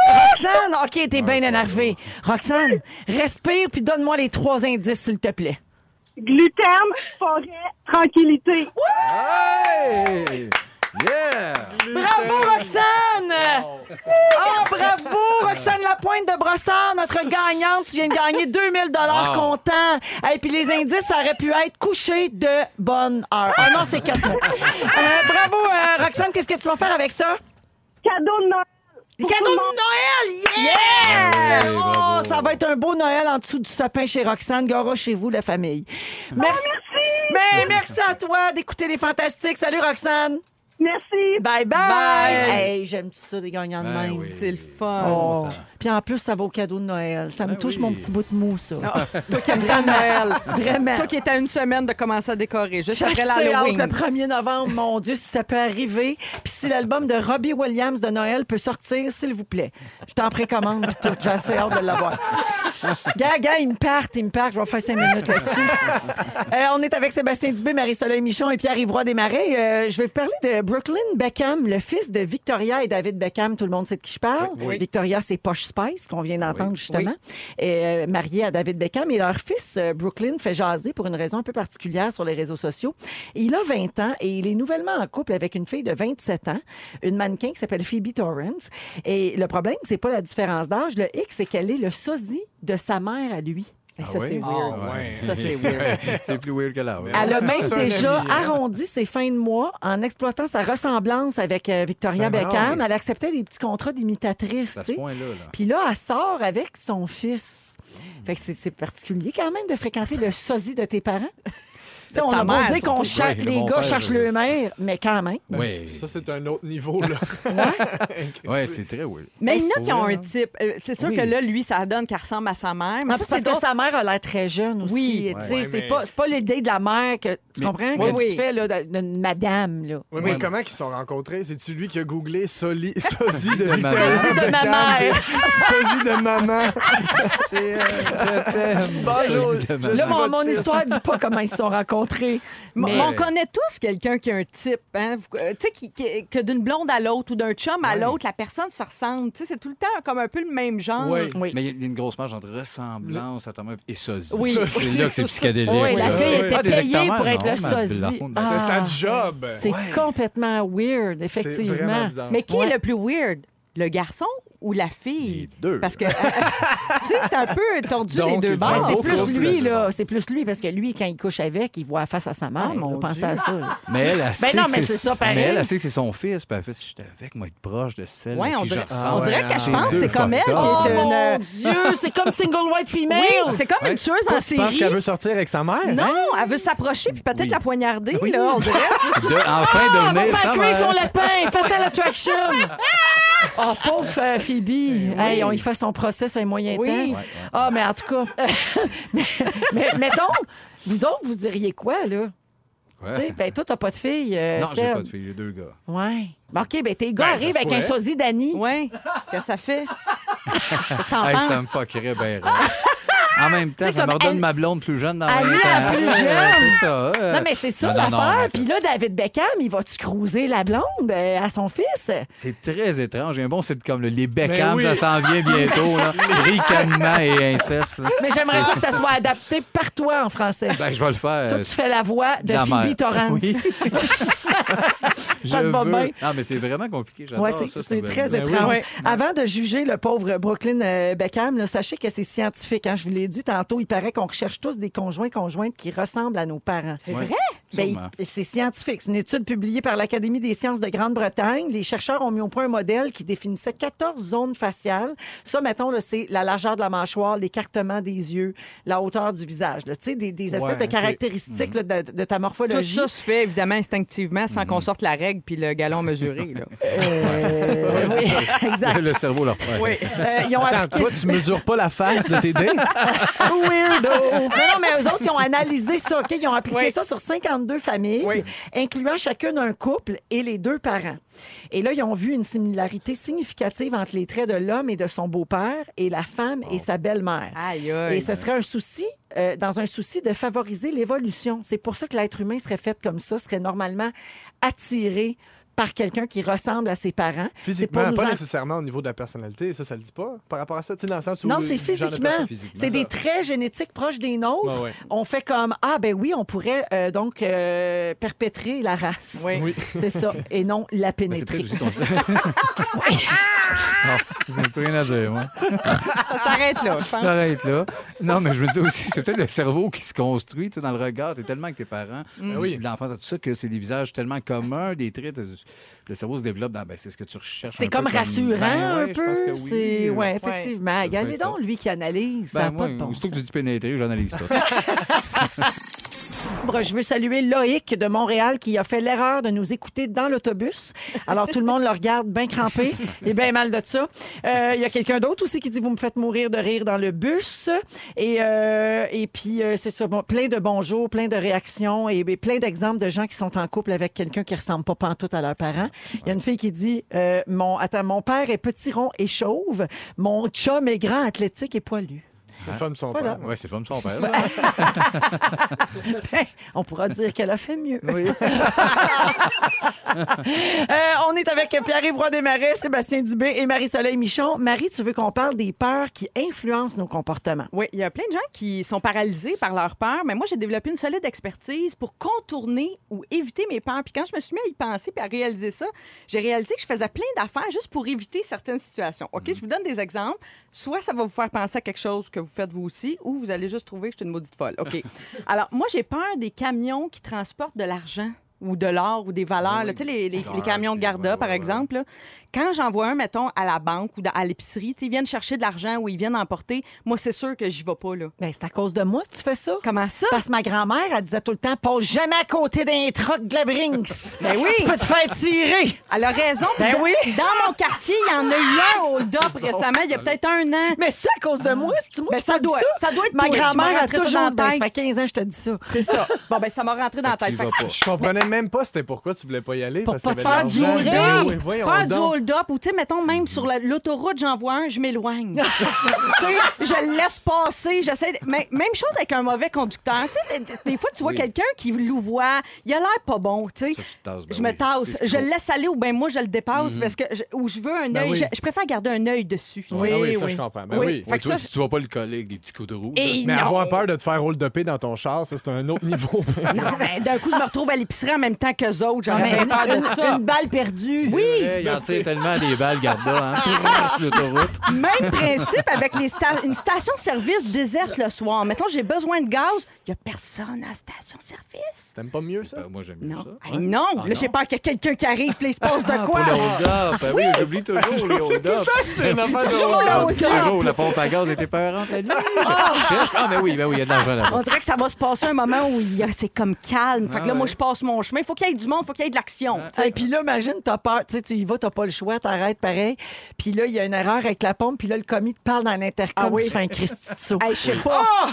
S1: Roxane, OK, t'es bien énervée. Roxane, respire puis donne-moi les trois indices, s'il te plaît.
S5: Gluten, forêt, tranquillité.
S4: Hey! Yeah!
S1: Bravo, Roxane! Oh, bravo, Roxane Lapointe de Brossard, notre gagnante. Tu viens de gagner 2000 dollars
S4: Wow.
S1: comptant. Et puis les indices, ça aurait pu être couché de bonne heure. Ah non, c'est quatre mots. Euh, bravo, euh, Roxane. Qu'est-ce que tu vas faire avec ça?
S5: Cadeau de Noël.
S1: Les cadeaux de Noël! Yeah!
S4: Ah oui,
S1: Oh,
S4: bravo.
S1: ça va être un beau Noël en dessous du sapin chez Roxane. Gara chez vous, la
S5: Oh,
S1: Ben, famille. Merci. merci! Mais merci à toi d'écouter les fantastiques. Salut, Roxane.
S5: Merci.
S1: Bye bye!
S3: Bye.
S1: Hey, j'aime tout ça, des gagnants de
S4: Ben
S1: même.
S4: oui.
S3: C'est le fun.
S1: Oh. Puis en plus, ça va au cadeau de Noël. Ça me
S4: Ben
S1: touche
S4: oui.
S1: mon petit bout de mou, ça.
S3: Toi qui aimes ta Noël.
S1: Vraiment.
S3: Toi qui étais à une semaine de commencer à décorer, juste
S1: Je
S3: après
S1: sais,
S3: l'Halloween.
S1: hâte, le 1er novembre, mon Dieu, si ça peut arriver. Puis si l'album de Robbie Williams de Noël peut sortir, s'il vous plaît. Je t'en précommande, puis tout. J'ai assez hâte de l'avoir. Gars, gars, ils me partent, ils me partent. Je vais faire cinq minutes là-dessus. Euh, on est avec Sébastien Dubé, Marie-Soleil Michon et Pierre Ivroy Desmarais. Euh, je vais vous parler de Brooklyn Beckham, le fils de Victoria et David Beckham. Tout le monde sait de qui je parle.
S3: Oui.
S1: Victoria, c'est Posh Spice, qu'on vient d'entendre justement, et, euh, mariée à David Beckham. Et leur fils, euh, Brooklyn, fait jaser pour une raison un peu particulière sur les réseaux sociaux. Il a 20 ans et il est nouvellement en couple avec une fille de 27 ans, une mannequin qui s'appelle Phoebe Torrance. Et le problème, c'est pas la différence d'âge. Le hic, c'est qu'elle est le sosie de sa mère à lui.
S3: Et ça,
S4: Ah oui?
S3: c'est weird.
S2: Ah ouais.
S3: Ça, c'est weird.
S4: c'est plus weird que là. ouais.
S1: Elle a même
S2: C'est un
S1: déjà
S2: ami, hein.
S1: arrondi ses fins de mois en exploitant sa ressemblance avec euh, Victoria
S2: Ben non.
S1: Beckham. Elle acceptait des petits contrats d'imitatrice.
S4: À
S1: tu
S4: ce
S1: sais.
S4: point-là. là.
S1: Puis là, elle sort avec son fils. Fait que c'est- c'est particulier quand même de fréquenter le sosie de tes parents. Tu sais, on
S3: ta
S1: a beau
S3: mère,
S1: dire qu'on
S4: surtout.
S1: cherche,
S4: Oui, de
S1: les
S4: mon
S1: gars
S4: père,
S1: cherchent
S4: oui.
S1: le maire, mais quand même.
S4: Oui.
S2: Ben, Ça, c'est un autre niveau, là.
S4: Ouais, c'est très weird.
S3: Mais il y
S4: Pour
S3: en a qui ont
S4: vrai, hein.
S3: un
S4: là.
S3: type. Euh, C'est sûr
S4: Oui.
S3: que là, lui, ça donne qu'elle ressemble à sa mère. Mais
S1: En plus,
S3: ça, c'est
S1: parce
S3: drôle.
S1: que sa mère a l'air très jeune aussi.
S3: Oui.
S1: tu sais,
S2: Ouais,
S1: c'est
S2: mais-
S1: pas, c'est pas l'idée de la mère que tu
S4: Mais-
S1: comprends
S4: Oui,
S1: que tu
S3: oui.
S1: te fais là, de- d'une madame. Là.
S2: Oui, mais
S4: Ouais.
S2: comment ils se sont rencontrés? C'est-tu lui qui a googlé Soli, Sosie de
S4: De ma
S2: Victoria
S4: mère.
S1: Sosie de ma
S2: Beckham?
S1: mère.
S2: Sosie de maman.
S4: C'est. euh, je t'aime.
S2: Bonjour,
S4: Je t'aime.
S2: je
S1: Là,
S2: suis
S1: mon,
S2: votre
S1: mon
S2: fils.
S1: histoire dit pas comment ils se sont rencontrés.
S3: M-
S1: mais-
S3: mais on connaît tous quelqu'un qui a un type, hein? Vous- euh, tu sais, qui- qui- que d'une blonde à l'autre ou d'un chum à l'autre, la personne se ressemble. Tu sais, c'est tout le temps comme un peu le même genre.
S2: Ouais.
S1: Oui.
S4: Mais il y a une grosse marge entre ressemblance à ta mère et sosie.
S3: Oui.
S4: C'est là que c'est psychédélique.
S1: Oui, la
S4: là.
S1: fille
S2: oui.
S1: était
S4: Ah,
S1: payée
S4: directement,
S1: pour être
S4: non,
S1: le
S4: ma
S1: sosie.
S4: blonde.
S2: C'est
S1: Ah,
S2: sa job.
S1: C'est complètement weird, effectivement.
S2: C'est vraiment bizarre.
S3: Mais qui
S1: Ouais.
S3: est le plus weird? Le garçon ou la fille?
S4: Les deux.
S3: Parce que, euh, tu sais, c'est un peu tordu
S4: Donc,
S3: les deux
S4: il
S1: Ouais,
S3: bords.
S4: faut-
S1: Ben, c'est plus
S4: couple,
S1: lui,
S4: là.
S1: là. C'est plus lui, parce que lui, quand il couche avec, il voit face à sa mère.
S3: Ah,
S1: mais on
S3: mon
S1: pensait
S3: Dieu.
S1: à ça. là.
S4: Mais elle, elle sait
S1: Ben non,
S4: que
S1: mais c'est
S4: c'est
S1: ça, pareil.
S4: Mais elle, elle sait que c'est son fils. Puis elle fait, si j'étais avec, moi, être proche de celle
S3: Ouais,
S4: à
S3: on
S4: qui je
S3: dirait-
S4: ressemble.
S3: on dirait que je pense que c'est comme elle qui
S1: Oh,
S3: est une.
S1: mon
S3: euh,
S1: Dieu, c'est comme single white female.
S3: Oui, c'est comme une tueuse en
S2: Tu penses
S3: série.
S2: qu'elle veut sortir avec sa mère? Hein?
S3: Non, elle veut s'approcher puis peut-être
S4: hein? Oui.
S3: la poignarder, là, on dirait.
S4: De, enfin
S1: euh, Ah, on va
S4: devenir
S1: faire
S4: sa
S1: cuire
S4: mère.
S1: son lapin. Fatal Attraction. Oh, pauvre euh, Phoebe. Hey, on y fait son procès sur un moyen
S3: Oui. Ouais,
S1: temps.
S4: ouais.
S1: Ah, mais en tout cas, mais, mais mettons, vous autres, vous diriez quoi, là?
S4: Ouais.
S1: Tu sais, ben, toi, t'as pas de fille. euh,
S4: Non, j'ai
S1: Seb.
S4: pas de fille, j'ai deux gars.
S1: Ouais. Ben, OK, ben, tes gars
S2: Ben, ça
S1: arrivent
S2: se
S1: avec un
S2: pourrait.
S1: sosie d'Annie.
S3: Oui, que ça fait. T'en
S4: Hey,
S3: penses?
S4: ça me fuckerait bien. raide. En même temps,
S1: C'est
S4: ça me
S1: comme
S4: redonne
S1: elle-
S4: ma blonde plus jeune dans
S1: Elle
S4: même
S1: est la
S4: temps.
S1: plus
S4: Ouais,
S1: jeune.
S4: C'est ça. euh.
S1: Non, mais c'est ça
S4: Non, non, non,
S1: l'affaire.
S4: mais c'est
S1: Puis là, David Beckham, il va-tu cruiser la blonde euh, à son fils?
S4: C'est très étrange. Il y a un bon sitcom, là, Les Beckham,
S2: oui.
S4: ça s'en vient bientôt. Là. Ricanement et inceste. là.
S1: Mais j'aimerais ça que ça soit adapté par toi en français.
S4: Ben, je vais le faire.
S1: Toi, tu fais la voix de
S4: la
S1: Phoebe
S4: mère.
S1: Torrance.
S4: Oui.
S1: Ça te va bien.
S4: Non, mais c'est vraiment compliqué. J'adore
S1: Ouais,
S4: ça,
S1: c'est
S4: cette
S1: c'est
S4: nouvelle.
S1: très
S2: Ben oui.
S1: étrange.
S3: Ouais.
S1: Avant de juger le pauvre Brooklyn euh, Beckham, là, sachez que c'est scientifique. hein. Je vous l'ai dit tantôt, il paraît qu'on recherche tous des conjoints conjointes qui ressemblent à nos parents.
S3: C'est
S4: Ouais.
S3: vrai?
S1: Ben,
S4: Sûrement.
S1: il- c'est scientifique. C'est une étude publiée par l'Académie des sciences de Grande-Bretagne. Les chercheurs ont mis au point un modèle qui définissait 14 zones faciales. Ça, mettons, là, c'est la largeur de la mâchoire, l'écartement des yeux, la hauteur du visage. là. Tu sais, des, des espèces
S2: Ouais,
S1: de
S2: ok.
S1: caractéristiques là, de, de ta
S3: Tout
S1: morphologie.
S3: ça se fait évidemment instinctivement
S4: Mm.
S3: sans qu'on sorte la règle puis le galon mesuré. Là.
S1: Euh, oui, exact.
S4: Le cerveau leur prend.
S3: oui.
S1: Euh, ils ont
S2: Attends,
S1: appliqué
S2: toi, tu mesures pas la face de tes dents?
S1: Non, non, mais eux autres, ils ont analysé ça, OK? Ils ont appliqué
S3: Oui.
S1: ça sur 52 familles, incluant chacune un couple et les deux parents. Et là, ils ont vu une similarité significative entre les traits de l'homme et de son beau-père et la femme et sa belle-mère.
S3: Aïe,
S2: Ah
S1: Et
S3: aïe.
S1: ce serait un souci, euh, dans un souci de favoriser l'évolution. C'est pour ça que l'être humain serait fait comme ça, serait normalement attiré par quelqu'un qui ressemble à ses parents. C'est pour
S2: Physiquement,
S1: nous
S2: pas
S1: en-
S2: nécessairement au niveau de la personnalité, ça, ça le dit pas par rapport à ça, tu sais, dans le sens où.
S1: Non,
S2: le
S1: c'est
S2: genre de
S1: physiquement.
S2: personne-
S4: physiquement.
S1: C'est des
S2: Ça.
S1: traits génétiques proches des nôtres.
S2: Ouais, ouais.
S1: On fait comme ah ben oui, on pourrait euh, donc euh, perpétrer la race.
S3: Oui.
S2: Oui.
S1: C'est ça, et non la
S4: Mais c'est
S1: pénétrer.
S4: peut-être aussi ton. Non, j'ai plus rien à dire, moi.
S3: Ça s'arrête là, je pense.
S4: J'arrête là. Non, mais je me dis aussi, c'est peut-être le cerveau qui se construit tu sais, dans le regard. T'es tellement avec tes parents,
S2: Ben oui.
S4: de l'enfance à tout ça, que c'est des visages tellement communs, des traits. t'as- Le cerveau se développe dans ben, c'est ce que tu recherches.
S1: C'est
S4: un
S1: comme
S4: peu
S1: rassurant
S4: Ben ouais,
S1: un
S4: je
S1: peu.
S4: pense que oui. euh,
S1: C'est ouais, effectivement. Il y a
S4: Ça peut
S1: les
S4: être ça.
S1: dons, lui qui analyse, ça
S4: Ben,
S1: n'a
S4: moi,
S1: pas de bon
S4: aussitôt que
S1: sens.
S4: tu dis pénétrer, j'analyse tout.
S1: fibre. Je veux saluer Loïc de Montréal qui a fait l'erreur de nous écouter dans l'autobus. Alors, tout le monde le regarde bien crampé et bien mal de ça. Euh, Il y a quelqu'un d'autre aussi qui dit Vous me faites mourir de rire dans le bus. Et, euh, et puis, euh, c'est ça. bon, plein de bonjours, plein de réactions et, et plein d'exemples de gens qui sont en couple avec quelqu'un qui ressemble pas pantoute à leurs parents. Il y a une fille qui dit euh, mon, Attends, mon père est petit rond et chauve. Mon chum est grand, athlétique et poilu.
S2: Les femmes sont
S1: Voilà.
S2: pas.
S4: Ouais, c'est comme son père.
S1: Ben, on pourra dire qu'elle a fait mieux. Euh, on est avec Pierre-Yves Roy Desmarais, Sébastien Dubé et Marie-Soleil Michon. Marie, tu veux qu'on parle des peurs qui influencent nos comportements?
S3: Oui, il y a plein de gens qui sont paralysés par leur peur, mais moi, j'ai développé une solide expertise pour contourner ou éviter mes peurs. Puis quand je me suis mis à y penser puis à réaliser ça, j'ai réalisé que je faisais plein d'affaires juste pour éviter certaines situations. OK, je vous donne des exemples. Soit ça va vous faire penser à quelque chose que vous faites vous aussi, ou vous allez juste trouver que je suis une maudite folle. OK. Alors, moi, j'ai peur des camions qui transportent de l'argent ou de l'or ou des valeurs. là. Tu sais, les, les- les camions de Garda,
S4: Ouais, ouais,
S3: par
S4: ouais.
S3: exemple, exemple, là, quand j'en vois un, mettons, à la banque ou dans- à l'épicerie, tu sais, ils viennent chercher de l'argent ou ils viennent emporter, moi, c'est sûr que j'y vais pas, là.
S1: Ben, c'est à cause de moi que tu fais ça.
S3: Comment ça?
S1: Parce que ma grand-mère, elle disait tout le temps, passe jamais à côté d'un troc de la Brinks.
S3: Ben oui.
S1: Tu peux te faire tirer.
S3: Elle a raison. puis
S1: Ben
S3: dans-
S1: oui.
S3: Dans mon quartier, il y en a eu un au DOP récemment, il y a peut-être un an.
S1: Mais c'est à cause de moi, c'est moi
S3: Ben,
S1: qui
S3: ça
S1: t'ai dit
S3: doit- ça doit être
S1: Ma
S3: toi qui m'as
S1: grand-mère a
S3: rentré ça
S1: toujours
S3: dans la
S1: ben, ça
S3: tête.
S1: fait 15 ans que je te dis ça.
S3: C'est ça. Bon, ben, ça m'a rentré dans la
S4: Tu y
S3: tête.
S4: vas
S3: Fait que-
S4: pas.
S2: Je comprenais même pas c'était pourquoi tu voulais pas y aller.
S1: Pour
S2: parce
S1: pas
S2: qu'il y
S1: te faire
S2: avait de l'argent.
S1: durer.
S2: Ben oui, voyons
S3: Peur du
S2: donc.
S3: hold-up ou, tu sais, mettons, même sur la- l'autoroute, j'en vois un, je m'éloigne. Tu sais, je le laisse passer. j'essaie de- Mais- Même chose avec un mauvais conducteur. Tu sais, des- des, des fois, tu vois
S4: Oui.
S3: quelqu'un qui louvoie, il a l'air pas bon, tu sais.
S4: Ça, tu te tasses, ben
S3: je me
S4: oui.
S3: tasse.
S4: C'est ce
S3: Je
S4: qu'il
S3: le
S4: faut.
S3: laisse aller ou bien moi, je le dépasse parce que... je- Ou je veux un
S2: Ben
S3: œil...
S2: oui.
S3: Je, je préfère garder un œil dessus. tu sais.
S2: Ah
S1: Oui,
S2: oui, ça,
S1: oui.
S2: je comprends. Ben
S3: Oui.
S2: oui.
S3: Fait que
S4: toi,
S3: ça-
S4: tu vas pas le coller avec des petits coups de roue.
S1: Et
S2: Mais
S1: non.
S2: avoir peur de te faire hold upé dans ton char, ça, c'est un autre niveau.
S3: Non, mais ben, d'un coup, je me retrouve à l'épicerie en même temps qu'eux autres. J'aurais
S1: Ah, Mais
S3: bien peur de
S1: une-
S3: ça.
S1: Une balle perdue.
S3: Oui,
S4: Il en tire tellement des balles, garde-là, hein, sur l'autoroute.
S3: Même principe avec les sta- une station-service déserte le soir. Mettons, j'ai besoin de gaz. Il n'y a personne à la station-service.
S2: T'aimes pas mieux
S4: C'est pas-
S2: ça?
S4: Ben, Moi, j'aime mieux
S3: Non.
S4: ça.
S3: Hey, non.
S4: Ah,
S3: là, j'ai
S4: non. Ah,
S3: peur qu'il y ait quelqu'un qui arrive puis il se passe de
S4: Pour
S3: quoi.
S4: le hold-up. Ben Oui, j'oublie toujours les hold-up.
S2: C'est une affaire de
S3: Toujours le
S4: Dis
S3: hold-up.
S4: Toujours, la pompe à gaz était peurante la nuit. Je cherche. Ah, ben oui, ben oui, il y a de l'argent là-bas.
S3: On dirait que ça va se passer un moment où il y a- c'est comme calme. Fait que
S4: Ah,
S3: là, moi, je passe mon chemin. Faut qu'il y ait du monde, faut qu'il y ait de l'action. tu sais.
S1: Et puis là, imagine, t'as peur, tu sais, tu y vas, t'as pas le choix, t'arrêtes pareil. Puis là, il y a une erreur avec la pompe, puis là, le commis te parle dans l'intercom,
S3: Ah oui.
S1: tu fais un Christi de saut.
S3: Hey, je sais pas.
S4: Ah!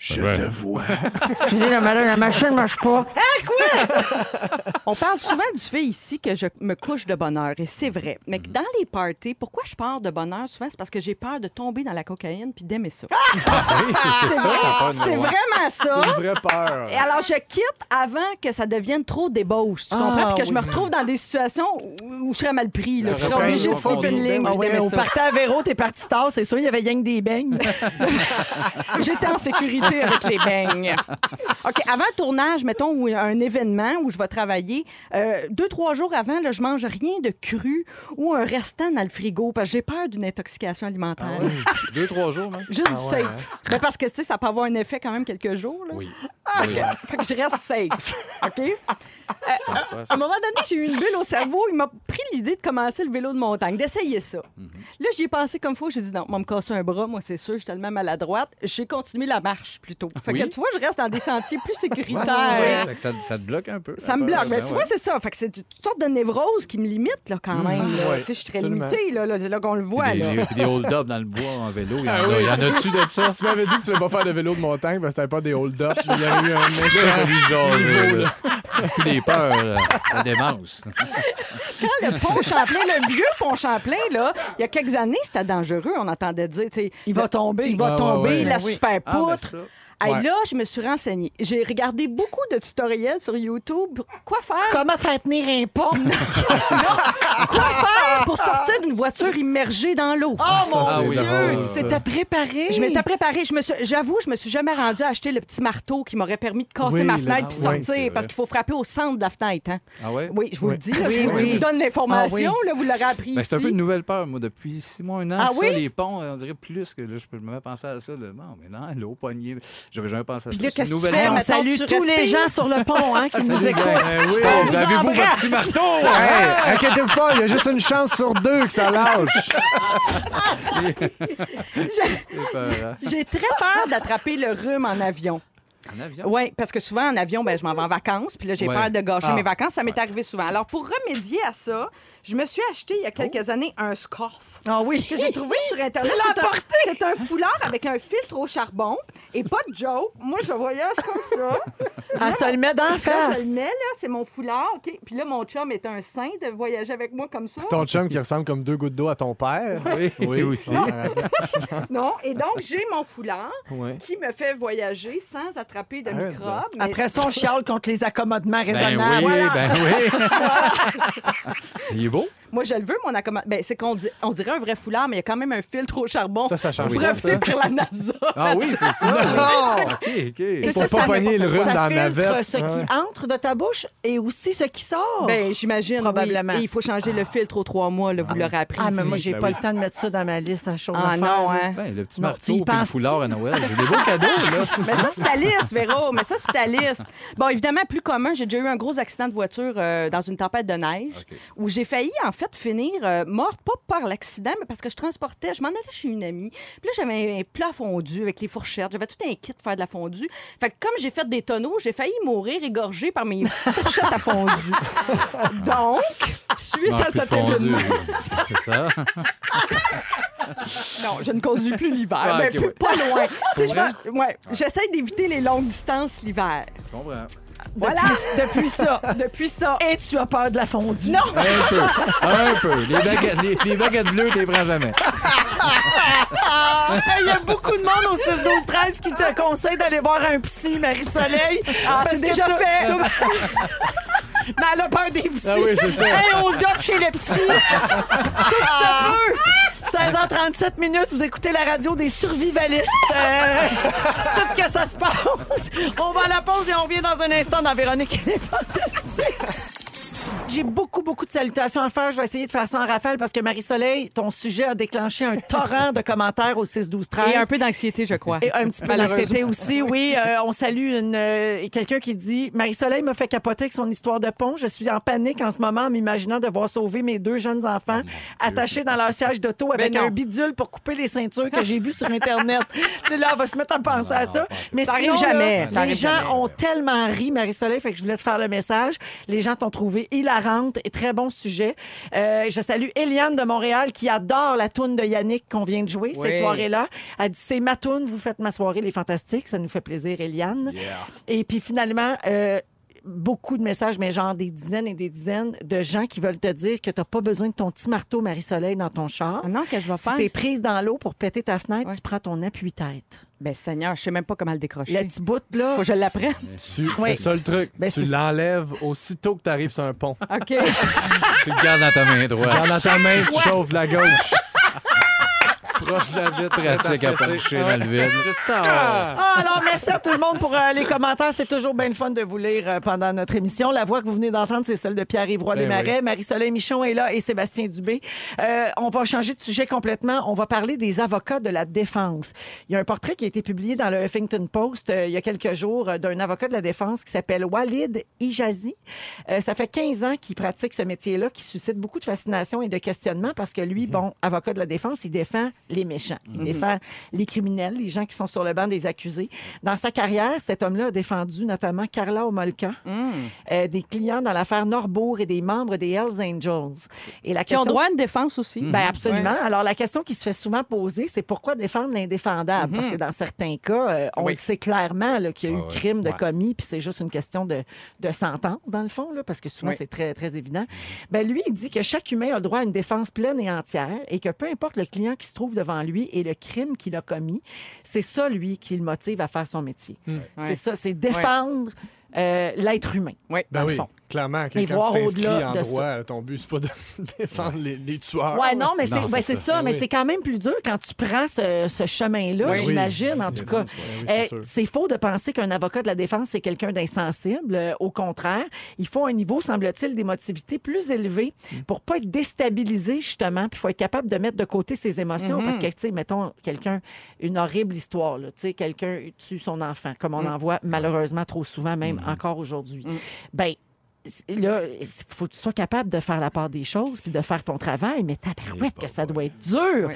S2: Je te vois.
S1: tu dis, la, madame, la machine marche pas.
S3: On parle souvent du fait ici que je me couche de bonne heure, et c'est vrai. Mais
S4: Mm.
S3: que dans les parties, pourquoi je pars de bonne heure souvent? C'est parce que j'ai peur de tomber dans la cocaïne puis d'aimer ça.
S4: Oui, Ah! c'est ça, t'as peur de
S3: C'est
S4: me voir.
S3: vraiment ça.
S2: Une vraie peur.
S3: Et alors, je quitte avant que ça devienne trop débauche. Tu comprends?
S1: Ah,
S3: Puis que je me
S1: oui.
S3: retrouve dans des situations où, où je serais mal pris. Là.
S2: Ça
S3: Je suis
S2: serait
S3: obligée de
S2: pas
S3: skipper une
S4: drôle.
S3: ligne.
S1: Ah
S3: puis
S1: ouais,
S3: d'aimer
S1: on
S3: ça.
S1: partait à Véro, t'es parti tard, c'est sûr, il y avait rien que des beignes.
S3: J'étais en sécurité avec les beignes. OK, avant un tournage, mettons, ou un événement où je vais travailler, euh, deux, trois jours avant, là, je mange rien de cru ou un restant dans le frigo parce que j'ai peur d'une intoxication
S4: Ah
S3: alimentaire.
S4: oui, Deux, trois jours, même.
S3: Juste du safe. Mais parce que, tu sais, ça peut avoir un effet quand même quelques jours. Là.
S4: hein? Oui.
S3: Fait que- Fait que je reste safe. OK? Euh,
S4: Ça se passe.
S3: À un moment donné, j'ai eu une bulle au cerveau. Il m'a pris l'idée de commencer le vélo de montagne, d'essayer ça. Là, j'y ai pensé comme faut. J'ai dit non, on va me casser un bras, moi, c'est sûr, je suis tellement maladroite. J'ai continué la marche plutôt. Fait que
S4: Oui.
S3: tu vois, je reste dans des sentiers plus
S4: Ouais,
S3: sécuritaires.
S4: fait que Ça, ça te bloque un peu.
S3: Ça me bloque. Mais tu vois, c'est ça. Fait que c'est une sorte de névrose qui me limite, là, quand même. là.
S2: Ouais,
S3: tu sais, je suis très
S2: absolument.
S3: limitée, là, là, c'est là qu'on le voit.
S4: Puis
S3: là.
S4: des, des- puis des hold-up dans le bois en vélo. Il y en a, il Ah y en a-tu de ça?
S2: Ah Tu m'avais dit que tu voulais pas faire de vélo de montagne parce que t'avais pas des hold-up, mais il y a eu un méchant.
S4: Puis des peurs, là. ça démence.
S3: Quand le pont Champlain, le vieux pont Champlain, là, il y a quelques années, c'était dangereux. On entendait dire, tu sais,
S1: Il va tomber.
S3: il va
S2: Ouais,
S3: tomber,
S2: ouais, ouais.
S3: la
S1: Ah oui.
S3: super
S4: Ah, ben
S3: poutre.
S4: ça.
S3: Hey,
S2: Ouais.
S3: Là, je me suis renseignée. J'ai regardé beaucoup de tutoriels sur YouTube. pour Quoi faire?
S1: Comment faire tenir un pont?
S3: Quoi faire pour sortir d'une voiture immergée dans l'eau?
S2: Ça,
S4: Ah
S2: c'est
S4: oui,
S2: drôle,
S4: ça.
S2: ça.
S1: T'as préparé?
S3: Je m'étais préparée. Je me suis- J'avoue, je me suis jamais rendue à acheter le petit marteau qui m'aurait permis de casser
S2: Oui,
S3: ma
S2: le-
S3: fenêtre puis
S2: ah oui,
S3: sortir
S4: c'est
S3: parce
S4: vrai.
S3: qu'il faut frapper au centre de la fenêtre. hein.
S4: Ah ouais?
S3: Oui, je vous
S2: Oui.
S3: le dis. là, je,
S1: Oui,
S3: vous, je
S1: oui.
S3: vous donne l'information.
S1: Ah oui.
S3: là, Vous l'aurez appris.
S4: Ben, c'est un peu
S3: ici.
S4: une nouvelle peur, moi, depuis six mois, un an.
S3: Ah
S4: ça,
S3: oui?
S4: les ponts, on dirait plus que là, je peux me penser à ça. Là. Non, mais non, l'eau, poignée. J'avais jamais pensé à
S3: Puis
S4: ça.
S3: là,
S4: C'est une
S3: qu'est-ce que tu
S4: nouvelle
S3: fais,
S1: Hey,
S4: peur.
S1: on
S3: mettons,
S1: salue
S3: tu
S1: tous les
S3: respires.
S1: gens sur le pont hein, qui nous
S4: Salut,
S1: écoutent.
S4: gang. Eh oui.
S1: On vous
S4: Avez-vous
S1: embrasse.
S4: votre petit marteau?
S2: Hey, inquiétez-vous pas, il y a juste une chance sur deux que ça lâche.
S4: C'est peur, hein? euh,
S3: J'ai très peur d'attraper le rhume en avion.
S4: En avion?
S3: Oui, parce que souvent en avion, ben, je m'en vais en vacances, puis là, j'ai
S4: Ouais.
S3: peur de gâcher
S4: Ah.
S3: mes vacances. Ça m'est
S4: Ouais.
S3: arrivé souvent. Alors, pour remédier à ça, je me suis acheté
S4: Oh.
S3: il y a quelques années un scarf
S1: Ah oui.
S3: que j'ai trouvé sur Internet.
S1: Tu l'as
S3: C'est un- C'est un foulard avec un filtre au charbon. Et pas de joke, moi, je voyage comme ça.
S1: Elle Ah, se le met dans la
S3: Là,
S1: face.
S3: je le mets, là, c'est mon foulard. ok? Puis là, mon chum est un saint de voyager avec moi comme ça.
S2: Ton chum qui ressemble comme deux gouttes d'eau à ton père.
S4: Oui, oui, aussi.
S2: on s'en rappelle.
S3: Non, et donc, j'ai mon foulard
S2: Ouais.
S3: qui me fait voyager sans attraper de
S2: Arrête
S3: microbes. mais-
S1: Après ça, on chiale contre les accommodements
S4: Ben
S1: raisonnables.
S4: oui,
S1: Voilà.
S4: ben oui. Il est beau.
S3: Moi, je le veux, mon accommodement. Ben, c'est qu'on di- on dirait un vrai foulard, mais il y a quand même un filtre au charbon.
S2: Ça, ça change
S4: Oui.
S2: pas, ça.
S3: breveté par la NASA.
S4: Ah oui, c'est ça.
S2: Non!
S4: OK, OK.
S1: Et
S2: Pour pas pogner le rhume
S1: ça
S2: dans la
S1: filtre
S2: navette. hein,
S1: ce
S2: Ouais.
S1: qui entre de ta bouche et aussi ce qui sort.
S3: Ben, j'imagine.
S1: Probablement.
S3: oui. Et il faut changer le filtre aux trois mois, là, vous l'aurez appris.
S1: ah, mais moi,
S3: ici.
S1: j'ai
S4: Ben
S1: pas
S4: oui.
S1: le temps de mettre ça dans ma liste à chaud.
S3: Ah non, hein.
S4: Ben, le petit
S1: Non, tu y
S4: marteau puis le
S1: penses-tu?
S4: foulard à Noël. C'est des beaux cadeaux, là.
S3: Mais ça, c'est ta liste, Véro. Mais ça, c'est ta liste. Bon, évidemment, plus commun, j'ai déjà eu un gros accident de voiture euh, dans une tempête de neige
S4: OK.
S3: où j'ai failli, en fait, finir euh, morte, pas par l'accident, mais parce que je transportais. Je m'en allais chez une amie. Puis là, j'avais un plat fondu avec les fourchettes. J'avais tout un kit pour faire de la fondue. Fait que comme j'ai fait des tonneaux, j'ai failli mourir égorgée par mes fourchettes à fondue. Donc, suite
S4: Mange
S3: à
S4: plus de
S3: cet
S4: fondue.
S3: événement.
S4: C'est ça.
S3: Non, je ne conduis plus l'hiver,
S4: Ah,
S3: mais
S4: ok,
S3: plus-
S4: ouais.
S3: pas loin. Tu sais, je vais- ouais, j'essaie d'éviter les longues distances l'hiver.
S4: Je comprends.
S1: Voilà. Depuis, depuis ça.
S3: Depuis ça,
S1: Et tu as peur de la fondue.
S3: non,
S4: Un peu. Un peu. Les baguettes, les, les baguettes bleues, t'es prends jamais.
S1: Il y a beaucoup de monde au 6-12-13 qui te conseille d'aller voir un psy, Marie-Soleil.
S3: Ah,
S1: Parce
S3: c'est
S1: que
S3: déjà
S1: toi-
S3: fait.
S1: toi- Mais elle a peur des psys.
S2: Ah oui, c'est ça.
S1: Hey, on dope chez les psys. Tout se peut. 16h37 minutes, vous écoutez la radio des survivalistes. Euh, c'est tout que ça se passe. On va à la pause et on revient dans un instant dans Véronique. Elle est fantastique. J'ai beaucoup, beaucoup de salutations à faire. Je vais essayer de faire ça en rafale parce que Marie-Soleil, ton sujet a déclenché un torrent de commentaires au 6-12-13.
S3: Et un peu d'anxiété, je crois.
S1: Et un petit peu
S3: Malheureusement.
S1: d'anxiété aussi, oui. Euh, on salue une, euh, quelqu'un qui dit Marie-Soleil me fait capoter avec son histoire de pont. Je suis en panique en ce moment en m'imaginant devoir sauver mes deux jeunes enfants attachés dans leur siège d'auto avec
S3: non.
S1: un bidule pour couper les ceintures que j'ai vu sur Internet. Et là, on va se mettre à penser à ça. Mais
S3: Ça
S1: sinon,
S3: arrive
S1: là,
S3: jamais.
S1: les
S3: Ça arrive
S1: gens
S4: jamais.
S1: ont tellement ri, Marie-Soleil, fait que je voulais te faire le message. Les gens t'ont trouvé hilarante et très bon sujet. Euh, je salue Eliane de Montréal qui adore la toune de Yannick qu'on vient de jouer
S3: Oui.
S1: ces soirées-là. Elle dit C'est ma toune, vous faites ma soirée, les fantastiques. Ça nous fait plaisir, Eliane. Et puis finalement, euh, beaucoup de messages, mais genre des dizaines et des dizaines de gens qui veulent te dire que tu pas besoin de ton petit marteau Marie-Soleil dans ton char.
S3: Ah non, que je vais
S1: Si
S3: faire?
S1: t'es prise dans l'eau pour péter ta fenêtre,
S3: Ouais.
S1: tu prends ton appui-tête.
S3: Ben, Seigneur, je sais même pas comment le
S1: Le
S3: décrocher.
S1: petit bout, là.
S3: Faut que je l'apprenne.
S2: Tu-
S1: Oui.
S2: C'est ça le truc.
S1: Ben,
S2: tu
S1: c'est ça.
S2: l'enlèves aussitôt que tu arrives sur un pont.
S3: OK.
S4: Tu le gardes dans ta main droite.
S2: Garde dans ta main, tu chauves la gauche. Proche de la vitre.
S4: Pratique à pencher dans le vide.
S1: Ah, alors, merci à tout le monde pour euh, les commentaires. C'est toujours bien le fun de vous lire euh, pendant notre émission. La voix que vous venez d'entendre, c'est celle de Pierre-Yves Roy
S2: Ben
S1: Desmarais. Marie-Soleil Michon est là et Sébastien Dubé. Euh, on va changer de sujet complètement. On va parler des avocats de la défense. Il y a un portrait qui a été publié dans le Huffington Post euh, il y a quelques jours euh, d'un avocat de la défense qui s'appelle Walid Ijazi. Euh, ça fait 15 ans qu'il pratique ce métier-là qui suscite beaucoup de fascination et de questionnement parce que lui, bon, avocat de la défense, il défend les méchants. Il défend les criminels, les gens qui sont sur le banc des accusés. Dans sa carrière, cet homme-là a défendu notamment Carla Omolka,
S3: Hmm.
S1: euh, des clients dans l'affaire Norbourg et des membres des Hells Angels. Et la
S3: Qui ont
S1: question...
S3: droit à une défense aussi.
S1: Ben absolument. Alors, la question qui se fait souvent poser, c'est pourquoi défendre l'indéfendable? Parce que dans certains cas, euh, on
S3: Oui.
S1: le sait clairement là, qu'il y a eu
S4: Ah ouais.
S1: crime de
S4: Ouais.
S1: commis, puis c'est juste une question de, de s'entendre, dans le fond, là, parce que souvent,
S3: Oui.
S1: c'est très, très évident. Ben, lui, il dit que chaque humain a le droit à une défense pleine et entière et que peu importe le client qui se trouve devant lui et le crime qu'il a commis, c'est ça, lui, qui le motive à faire son métier. C'est
S3: Ouais.
S1: ça, c'est défendre euh, l'être humain.
S3: Oui.
S1: dans le
S2: Ben oui,
S1: fond.
S2: clairement, que
S1: Et
S2: quand
S1: voir
S2: tu t'inscris
S1: au-delà
S2: en
S1: de
S2: droit, ton but, c'est pas de défendre les, les tueurs.
S1: Ouais, non, mais c'est
S4: Non,
S1: ben, c'est
S4: c'est
S1: ça,
S2: ça.
S1: mais
S2: Oui.
S1: c'est quand même plus dur quand tu prends ce, ce chemin-là,
S2: Oui.
S1: j'imagine, en
S2: Oui.
S1: tout cas.
S2: Ben oui,
S1: Eh,
S2: c'est sûr.
S1: C'est faux de penser qu'un avocat de la défense, c'est quelqu'un d'insensible. Euh, Au contraire, il faut un niveau, semble-t-il, d'émotivité plus élevé pour pas être déstabilisé, justement. Puis il faut être capable de mettre de côté ses émotions parce que, tu sais, mettons, quelqu'un, une horrible histoire, là, tu sais, quelqu'un tue son enfant, comme on en voit malheureusement trop souvent, même encore aujourd'hui. Ben, c'est- là, il faut que tu sois capable de faire la part des choses puis de faire ton travail, mais tabarouette que ça doit être dur.
S3: Oui.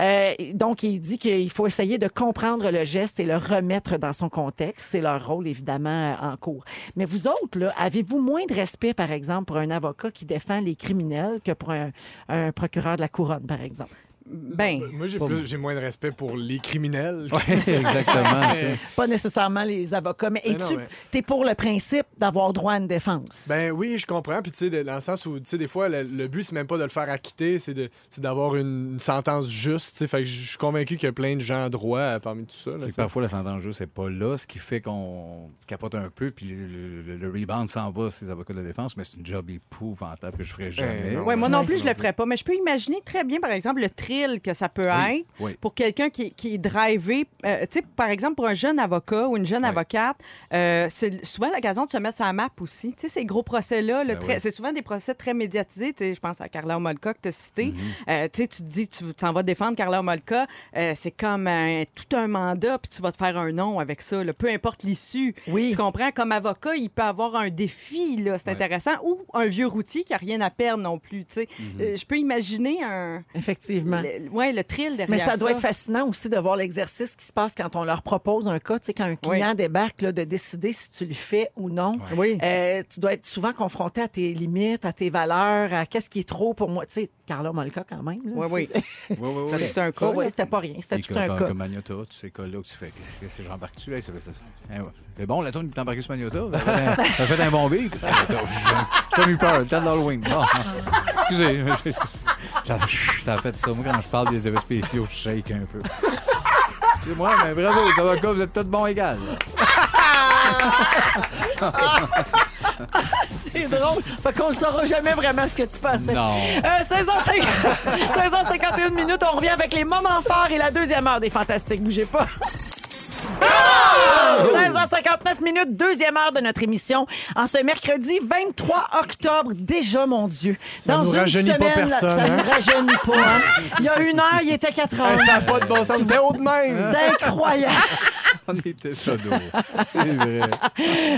S1: Euh, donc, il dit qu'il faut essayer de comprendre le geste et le remettre dans son contexte. C'est leur rôle, évidemment, euh, en cours. Mais vous autres, là, avez-vous moins de respect, par exemple, pour un avocat qui défend les criminels que pour un, un procureur de la couronne, par exemple?
S3: Ben,
S2: Moi, j'ai, plus- j'ai moins de respect pour les criminels.
S4: Oui, exactement. tu sais.
S1: Pas nécessairement les avocats, mais,
S2: Mais
S1: es-tu
S2: non, mais-
S1: t'es pour le principe d'avoir droit à une défense?
S2: Ben oui, je comprends. Puis, tu sais, de- dans le sens où, tu sais, des fois, le, le but, c'est même pas de le faire acquitter, c'est, de, c'est d'avoir une, une sentence juste. tu sais. Fait que je suis convaincu qu'il y a plein de gens droits euh, parmi tout ça. là,
S4: C'est
S2: tu
S4: que
S2: sais.
S4: parfois, la sentence juste n'est pas là, ce qui fait qu'on capote un peu, puis le, le- le rebound s'en va, ces avocats de la défense, mais c'est une job épouvantable que je ferais jamais.
S2: non.
S3: ouais, moi non plus, je le ferais pas. Mais je peux imaginer très bien, par exemple, le thrill que ça peut
S4: Oui,
S3: être
S4: oui.
S3: pour quelqu'un qui, qui est drivé. Euh, tu sais, par exemple, pour un jeune avocat ou une jeune
S4: Ouais.
S3: avocate, euh, c'est souvent l'occasion de se mettre sa map aussi. Tu sais, ces gros procès-là, le
S4: Ben
S3: très-
S4: oui.
S3: c'est souvent des procès très médiatisés. Tu sais, je pense à Carla Molka que tu as cité.
S4: Mhm.
S3: Euh, tu sais, tu te dis, tu t'en vas défendre Carla Molka. euh, c'est comme un- tout un mandat, puis tu vas te faire un nom avec ça. là. peu importe l'issue.
S1: Oui.
S3: Tu comprends? Comme avocat, il peut avoir un défi, là, c'est
S4: Ouais.
S3: intéressant, ou un vieux routier qui a rien à perdre non plus, tu sais.
S4: Mhm.
S3: Euh, Je peux imaginer un...
S1: Effectivement.
S3: Le, ouais, le thrill derrière
S1: Mais ça doit être fascinant aussi de voir l'exercice qui se passe quand on leur propose un cas, tu sais, quand un client débarque, là, de décider si tu le fais ou non.
S3: Oui.
S1: Euh, tu dois être souvent confronté à tes limites, à tes valeurs, à qu'est-ce qui est trop pour moi. Tu sais, Carla Molka quand même. là.
S3: Oui, oui.
S1: C'est-
S4: Oui, oui, oui.
S3: C'est un cas.
S1: Oh, ouais,
S3: là.
S1: c'était pas rien, c'était
S4: Et
S1: tout
S4: comme-
S1: un
S4: comme,
S1: cas.
S4: Comme Magnota, tous ces cas-là que tu fais. Qu'est-ce que c'est, j'embarque-tu? Hey, ça fait- ça fait- hein, ouais. c'est bon, la tourne, t'es embarqué sur Magnota? Ça fait un- ça fait un bon beat? J'ai comme eu peur, le temps de l'Halloween. Bon. Excusez. Ça, ça a fait ça. Moi, quand je parle des effets spéciaux, je shake un peu. Excusez-moi, mais bravo, les avocats, vous êtes tous bons égal.
S1: C'est drôle. Fait qu'on ne saura jamais vraiment ce que tu pensais.
S4: Non.
S1: Euh, 16h50 16h51 minutes, on revient avec les moments forts et la deuxième heure des Fantastiques. Bougez pas.
S2: Ah!
S1: 16h59 minutes, deuxième heure de notre émission. En ce mercredi 23 octobre, déjà, mon Dieu.
S2: Ça nous rajeunit pas personne,
S1: Ça ne
S2: hein?
S1: rajeunit pas. hein. Il y a une heure, il était 4 heures.
S2: Hey, ça n'a pas de bon sens. T'es haut de même.
S1: C'est incroyable.
S4: On était chaud. C'est vrai.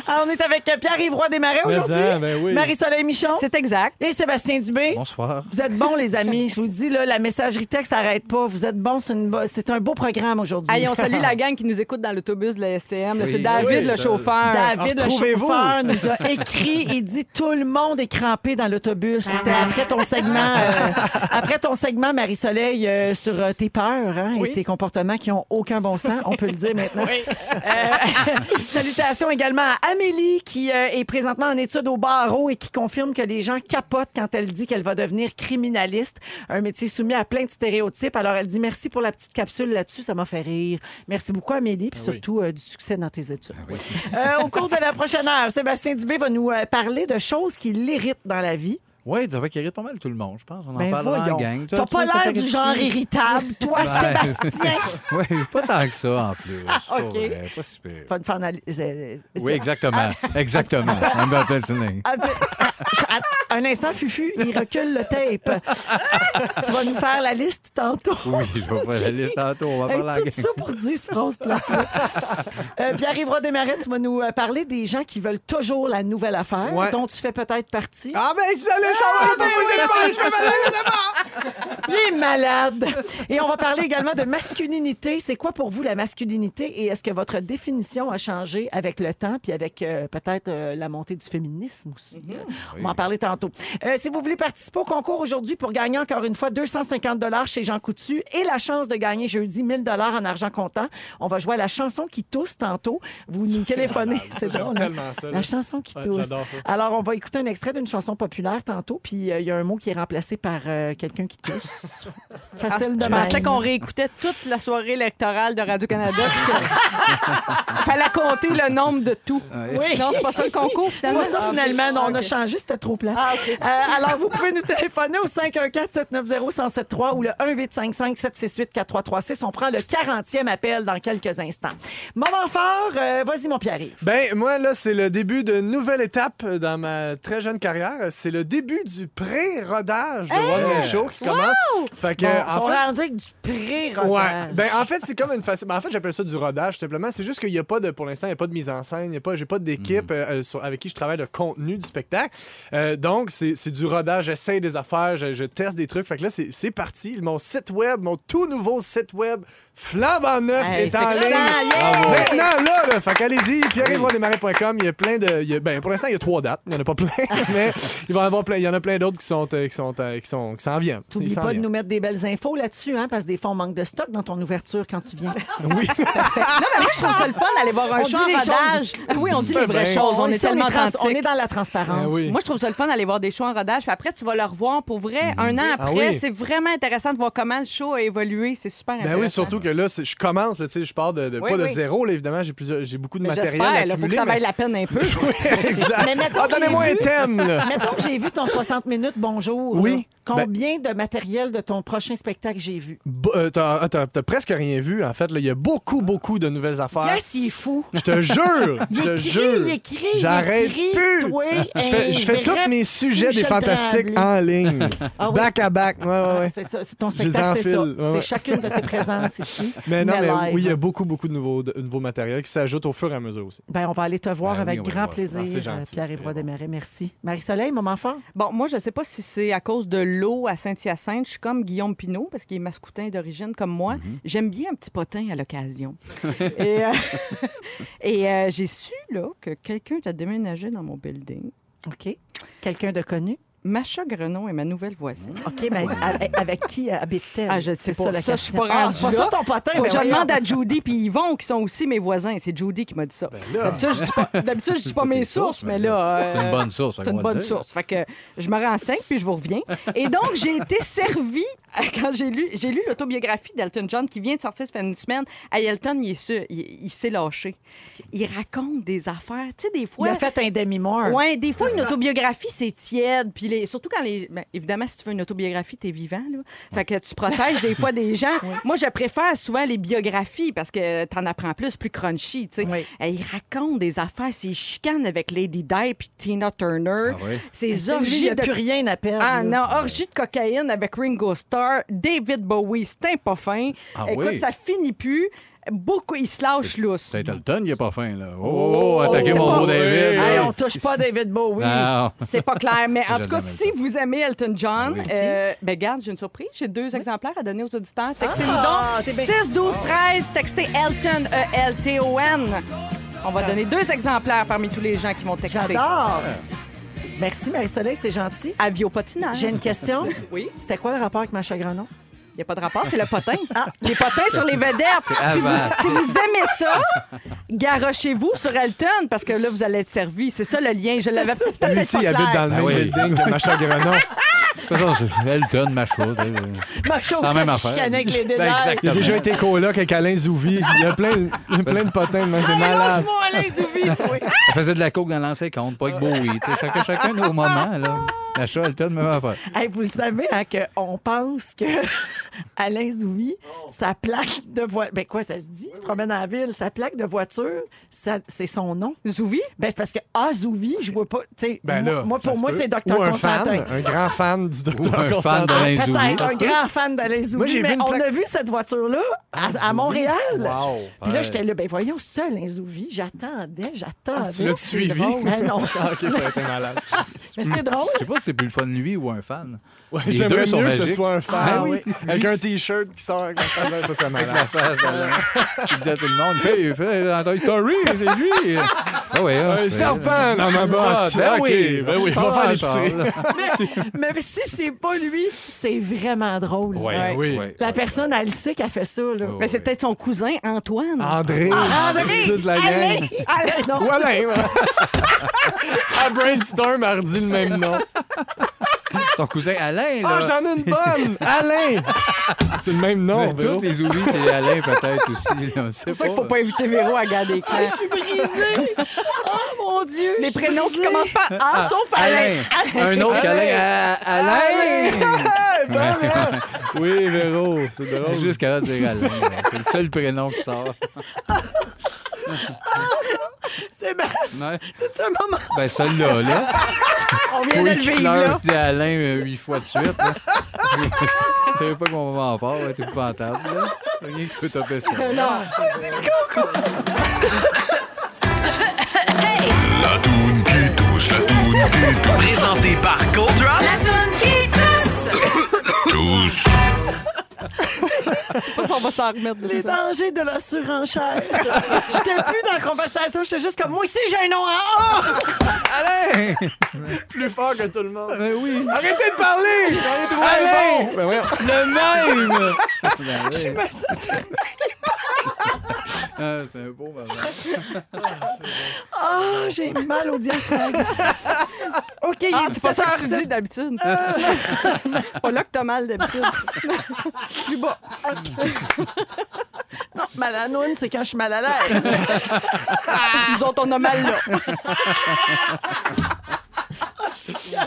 S1: Ah, on est avec Pierre-Yves Roy Desmarais
S2: Mais
S1: aujourd'hui.
S2: ça, ben oui.
S1: Marie-Soleil Michon
S3: C'est exact.
S1: et Sébastien Dubé.
S4: Bonsoir.
S1: Vous êtes bons, les amis. Je vous le dis, là, la messagerie texte n'arrête pas. Vous êtes bons. C'est une bo- C'est un beau programme aujourd'hui.
S3: Allez, on salue la gang qui nous écoute dans l'autobus de la STM. là.
S4: Oui.
S3: C'est David,
S2: Oui,
S3: le
S2: ça-
S3: chauffeur.
S1: David, le
S2: Retrouvez-vous.
S1: chauffeur, nous a écrit. Il dit tout le monde est crampé dans l'autobus. C'était après ton segment, euh, après ton segment, Marie-Soleil, euh, sur euh, tes peurs hein,
S3: Oui.
S1: et tes comportements qui ont aucun bon sens. On peut le dire maintenant. Euh, salutations également à Amélie qui euh, est présentement en étude au barreau et qui confirme que les gens capotent quand elle dit qu'elle va devenir criminaliste. Un métier soumis à plein de stéréotypes. Alors elle dit merci pour la petite capsule là-dessus. Ça m'a fait rire. Merci beaucoup, Amélie. Puis surtout, euh, du succès dans tes études. Euh, au cours de la prochaine heure, Sébastien Dubé va nous euh, parler de choses qui l'irritent dans la vie.
S4: Oui, ça va qu'il irrite pas mal tout le monde, je pense. On en
S1: Ben
S4: parle parlera en
S1: voyons.
S4: gang.
S1: T'as pas
S4: toi, ça
S1: l'air
S4: t'arrive-tu?
S1: du genre irritable, toi,
S4: Ben.
S1: Sébastien.
S4: Oui, pas tant que ça en plus. C'est pas
S1: Ah, OK.
S4: vrai, Pas si pire.
S1: Fun, fun, euh,
S4: Oui, exactement.
S1: Ah.
S4: Exactement. On me rappelle son nom.
S1: Attends, att- ah, Un instant, Fufu, il recule le tape. tu vas nous faire la liste tantôt.
S4: Oui, je vais faire la liste tantôt. On va
S1: Hey,
S4: parler en
S1: tout
S4: gang.
S1: ça pour 10 phrases plates. Euh, Pierre-Yves Desmarais, tu vas nous euh, parler des gens qui veulent toujours la nouvelle affaire,
S2: Ouais.
S1: dont tu fais peut-être partie.
S2: Ah, ben, si vous allez savoir, le proposé de faire, je fais mal à la
S1: Il est malade. Et on va parler également de masculinité. C'est quoi pour vous la masculinité et est-ce que votre définition a changé avec le temps puis avec euh, peut-être euh, la montée du féminisme aussi?
S2: Mhm.
S1: Euh, On va en parler tantôt. Euh, si vous voulez participer au concours aujourd'hui pour gagner encore une fois 250 chez Jean Coutu et la chance de gagner jeudi 1000 en argent comptant, on va jouer à la chanson qui tousse tantôt. Vous nous téléphonez. C'est
S2: J'aime
S1: drôle. hein?
S2: tellement ça. là. Ah,
S1: La chanson qui
S2: Ouais,
S1: tousse.
S2: J'adore ça.
S1: Alors, on va écouter un extrait d'une chanson populaire tantôt, puis euh, il y a un mot qui est remplacé par euh, quelqu'un qui tousse. Facile de
S3: Ah, Je pensais
S1: même.
S3: qu'on réécoutait toute la soirée électorale de Radio-Canada. puis que- Fallait compter le nombre de tout.
S1: Oui.
S3: Non, c'est pas ça le concours,
S1: C'est
S3: finalement.
S1: pas ça,
S3: Ah,
S1: finalement. Non, on
S3: ok.
S1: a changé, c'était trop plat.
S3: Ah,
S1: Euh, alors, vous pouvez nous téléphoner au 514-790-1073 ou le 1855-768-4336. On prend le 40e appel dans quelques instants. Moment fort, euh, vas-y, mon Pierre.
S2: Ben, moi, là, c'est le début d'une nouvelle étape dans ma très jeune carrière. C'est le début du pré-rodage de One Man Show qui commence. Fait que,
S1: on
S2: Euh, en fait-
S1: va rendu avec du pré-rodage.
S2: Ouais. Ben, en fait, c'est comme une façon. ben, en fait, j'appelle ça du rodage, tout simplement. C'est juste qu'il n'y a pas de. Pour l'instant, il n'y a pas de mise en scène. Il y a pas, j'ai pas d'équipe euh, euh, sur- avec qui je travaille le contenu du spectacle. Euh, donc, c'est, c'est du rodage. J'essaie des affaires. Je, je teste des trucs. Fait que là, c'est, c'est parti. Mon site web, mon tout nouveau site web, flambant neuf,
S3: Hey,
S2: est en
S3: c'est excellent,
S2: ligne.
S3: yeah!
S4: Bravo.
S2: Maintenant, là, là, fait qu'allez-y, pierre-yves-desmarais.com, il y a plein de. il y a- ben, pour l'instant, il y a trois dates. Il n'y en a pas plein, mais il va y en avoir plein. Il y en a plein d'autres qui sont, euh, qui sont, euh, qui sont, qui s'en viennent. Ils
S1: T'oublies
S2: s'en
S1: pas de
S2: viennent.
S1: nous mettre des belles infos là-dessus, hein, parce que des fois, on manque de stock dans ton ouverture quand tu viens.
S2: Oui.
S3: Non, mais moi, je trouve ça le fun d'aller voir un
S1: On
S3: show
S1: dit
S3: en
S1: les
S3: rodage.
S1: choses.
S3: Ah Oui, on dit les vraies
S2: Ben,
S3: choses. On,
S1: ici,
S3: est tellement
S1: trans-
S3: authentique.
S1: on est dans la transparence.
S2: Ah oui.
S3: Moi, je trouve ça le fun d'aller voir des shows en rodage. Puis après, tu vas le revoir pour vrai un an
S2: Ah
S3: après.
S2: oui.
S3: C'est vraiment intéressant de voir comment le show a évolué. C'est super
S2: Ben
S3: intéressant.
S2: oui, surtout que là, c'est- je commence, là, tu sais, je pars de, de-
S3: Oui,
S2: pas de
S3: oui.
S2: zéro, là, évidemment, j'ai plusieurs, j'ai beaucoup de
S3: Mais
S2: matériel
S3: J'espère, il
S2: accumulé.
S3: faut que ça
S2: mais-
S3: vaille la peine un peu.
S2: exact.
S1: Mais mettons
S2: Ah,
S1: que j'ai
S2: donnez-moi un
S1: vu-
S2: thème, là.
S1: Mettons que j'ai vu ton 60 minutes, bonjour.
S2: Oui. Ben-
S1: là. Combien de matériel de ton prochain spectacle j'ai vu?
S2: Bo- euh, T'as ah, t'as- t'as presque rien vu, en fait. là. Il y a beaucoup, beaucoup de nouvelles affaires.
S1: Qu'est-ce qu'il est fou?
S2: Je te jure! Je
S1: Il
S2: te
S1: écrit, il
S2: jure!
S1: écrit, il
S2: J'arrête
S1: écrit,
S2: plus.
S1: toi,
S2: Je fais,
S1: un
S2: je fais tous
S1: vrai
S2: mes
S1: petit
S2: sujets des
S1: Michel
S2: fantastiques
S1: Tremblay.
S2: en ligne.
S1: Ah oui.
S2: Back à back. Ouais, ouais, ouais.
S1: C'est ça, c'est ton
S2: Je les
S1: spectacle, c'est ça.
S2: enfile, ouais, ouais.
S1: C'est chacune de tes présences ici.
S2: Mais non, mais
S1: live.
S2: oui, il y a beaucoup, beaucoup de nouveaux, de nouveaux matériels qui s'ajoutent au fur et à mesure aussi.
S1: Ben, on va aller te voir
S4: Ben oui,
S1: avec
S4: on va
S1: grand
S4: aller voir
S2: ça. Ah, c'est
S1: plaisir,
S2: gentil.
S1: Pierre-Évoix
S2: Très bon.
S1: Desmarais. Merci. Marie-Soleil, moment fort.
S3: Bon, moi, je sais pas si c'est à cause de l'eau à Saint-Hyacinthe. Je suis comme Guillaume Pinault, parce qu'il est mascoutin d'origine comme moi. J'aime bien un petit potin à l'occasion. et euh, et, euh, j'ai su là, que quelqu'un t'a déménagé dans mon building.
S1: OK. Quelqu'un de connu?
S3: Macha Grenon est ma nouvelle voisine.
S1: OK, mais a- avec qui habite-t-elle?
S3: Ah, je sais
S1: C'est
S3: pas.
S1: la
S3: Ça, je suis
S1: question.
S3: pas
S1: Ah,
S3: rendue
S1: c'est pas
S3: là.
S1: ça ton potin.
S3: Faut que
S1: ben
S3: je
S1: voyons.
S3: demande à Judy puis Yvon, qui sont aussi mes voisins. C'est Judy qui m'a dit ça. D'habitude, je dis pas, d'habitude, je dis pas
S4: Pas tes
S3: mes
S4: sources,
S3: sources, mais
S4: mais
S3: là...
S4: C'est une
S3: euh,
S4: bonne source. fait
S3: C'est une
S4: qu'on va
S3: bonne
S4: le dire.
S3: source. Fait que je me renseigne, puis je vous reviens. Et donc, j'ai été servie euh, quand j'ai lu, j'ai lu l'autobiographie d'Elton John qui vient de sortir, ça fait une semaine. À Elton, il, est sûr- il, il s'est lâché. Il raconte des affaires. Tu sais, des
S1: Il
S3: fois...
S1: a fait un demi-mort.
S3: Ouais, des fois, une autobiographie, c'est tiède. Puis les... surtout quand les. ben, évidemment, si tu fais une autobiographie, t'es vivant, là. Fait que tu protèges des fois des gens. Moi, je préfère souvent les biographies parce que t'en apprends plus, plus crunchy, tu sais.
S1: Oui.
S3: Eh, Ils racontent des affaires, ces chicanes avec Lady Di puis Tina Turner.
S4: Ah oui.
S3: Ces
S1: Lui, il n'y
S3: orgies
S1: a
S3: de
S1: plus rien à perdre. là.
S3: ah non, orgie de cocaïne avec Ringo Starr, David Bowie, c'est un pas fin.
S4: Ah
S3: Écoute,
S4: oui.
S3: ça finit plus. Beaucoup, ils se lâchent lousse.
S4: C'est Elton, il est pas fin, là. Oh, oh, oh, attaquez
S1: c'est
S4: mon
S1: pas
S4: beau
S1: vrai.
S4: David.
S1: Hey,
S4: là.
S1: on touche pas à David Bowie.
S4: Ah,
S3: C'est pas clair, mais en
S4: Je
S3: tout cas,
S4: l'aime,
S3: si vous aimez Elton John,
S4: Ah oui.
S3: euh, ben garde, j'ai une surprise. J'ai deux exemplaires à donner aux auditeurs. Textez-nous
S1: Ah,
S3: donc.
S1: t'es bien-
S3: 6, 12, 13, textez Elton, E E-L-T-O-N. On va donner deux exemplaires parmi tous les gens qui vont texter.
S1: Ah. J'adore. Merci, Marie-Soleil, c'est gentil.
S3: Avio Potinage.
S1: J'ai une question.
S3: Oui.
S1: C'était quoi le rapport avec Macha Grenon?
S3: Il n'y a pas de rapport, c'est le potin.
S1: Ah.
S3: Les potins sur les vedettes. Si vous,
S4: avant.
S3: si vous aimez ça, garochez-vous sur Elton parce que là, vous allez être servi. C'est ça le lien. Je l'avais peut-être pas
S2: Lui aussi, il
S3: clair.
S2: habite dans le
S4: Ah
S2: même
S4: oui.
S2: building que ma chère Grenon.
S4: De toute façon, c'est Elton, Macho. tu sais.
S1: Macha
S4: C'est la même
S1: aussi
S4: affaire.
S1: chicanait avec les
S4: Ben,
S1: dédailles.
S4: exactement.
S2: Il a déjà été coloc avec Alain Zouvi. Il y a plein, il y a plein de potins, mais c'est malade.
S1: Lâche-moi, Alain Zoubi, toi.
S4: On faisait de la coke dans l'ancien compte, pas avec Bowie. tu sais. Chacun, chacun nos moments, là. Macho, Elton, même affaire.
S1: Hey, vous le savez, hein, qu'on pense que Alain Zoubi,
S2: Oh.
S1: sa plaque de voiture. Ben quoi, ça se dit? Il se promène en ville. Sa plaque de voiture, ça- c'est son nom.
S3: Zouvi?
S1: Ben, c'est parce que Ah, Zoubi, je vois pas. tu sais,
S2: Ben
S1: moi-
S2: là,
S1: moi,
S2: ça
S1: pour
S2: se
S1: moi,
S2: peut.
S1: c'est Dr.
S2: Ou un fan,
S1: Constantin.
S2: un grand fan du Dr.
S4: Ou un
S2: Constantin.
S4: fan d'Alain Zoubi.
S1: Peut-être un grand fan d'Alain Zoubi,
S2: Moi, j'ai vu
S1: mais
S2: une
S1: on
S2: plaque-
S1: a vu cette voiture-là à, à Montréal.
S2: Wow.
S1: Puis là, j'étais là, ben voyons, c'est ça, Alain Zoubi. J'attendais, j'attendais.
S2: Ah, Tu l'as suivi?
S1: Ben non,
S2: Ah, ok, ça a été malade.
S1: mais c'est drôle.
S4: Je sais pas si c'est plus le fun de lui ou un fan.
S2: Ouais,
S4: Les
S2: J'aimerais
S4: deux
S2: mieux
S4: sont
S2: que ce
S4: magiques.
S2: soit un fan.
S1: Ah oui.
S2: Avec un t-shirt qui sort avec la face d'un- ça, c'est malade.
S4: face d'Alain. Il disait à tout le monde, il fait, il fait dans Toy Story, c'est lui. Ah ouais, ah,
S2: Un
S4: c'est-
S2: serpent dans ma botte.
S4: Ah,
S2: Ok, ben oui, va
S4: Ah,
S2: faire les
S4: Charles.
S2: piscines.
S1: Mais si c'est pas lui, c'est vraiment drôle.
S4: Ouais,
S2: oui. Ah,
S4: ouais,
S1: La
S4: ouais,
S1: personne, elle sait qu'elle fait ça. Là.
S4: Oh.
S3: Mais c'est peut-être son cousin,
S2: Ah,
S3: Antoine.
S2: André. Toute la gang.
S1: Alain, non.
S2: Ou Alain. ouais. À Brainstorm, elle redit le même nom.
S4: Son cousin Alain,
S2: Ah,
S4: là.
S2: j'en ai une bonne! Alain! C'est le même nom,
S4: Mais
S2: Véro.
S4: tous les oublis, c'est Alain peut-être aussi. là, on sait
S3: C'est pour ça qu'il faut pas inviter Véro à garder
S6: Ah, Je suis brisée. Oh mon Dieu. je
S3: Les
S6: suis
S3: prénoms qui
S6: brisée.
S3: commencent par A, sauf Alain.
S4: Ah, Alain. Un autre Alain.
S2: Alain! Bonne, hein? Oui, Véro, c'est drôle.
S4: Juste capable de dire Alain. là. C'est le seul prénom qui sort.
S6: Sébastien,
S4: Non.
S6: c'est un moment.
S4: Ben, celui-là, là.
S3: On vient de
S4: Oui,
S3: le
S4: qui
S3: vivre,
S4: pleure,
S3: là.
S4: c'était Alain euh, huit fois de suite. là. Tu savais pas que mon moment fort va être épouvantable. là. Rien qui peut taper ça.
S7: La toune qui touche, la toune qui touche.
S8: Présenté par Cold
S9: La
S8: Drops.
S9: zone qui tousse.
S7: Touche.
S3: Je pense qu'on va s'en remettre de
S6: Les
S3: ça.
S6: dangers de la surenchère. J'étais plus dans la conversation, j'étais juste comme moi aussi j'ai un nom à A.
S2: plus fort que tout le monde.
S4: Ben oui.
S2: Arrêtez de parler! Alain!
S4: Ben voyons. Le même! Ben oui.
S6: Mais ça-
S4: Ah, c'est un beau moment.
S6: Ah, j'ai mal au diaphragme. OK, il
S3: Ah,
S6: est
S3: c'est pas ça que tu
S6: 17h17.
S3: dis d'habitude.
S6: Ah.
S3: pas là que t'as mal d'habitude. Plus bas.
S6: Non, malanoune, c'est quand je suis mal à l'aise.
S3: Nous autres, on a mal là.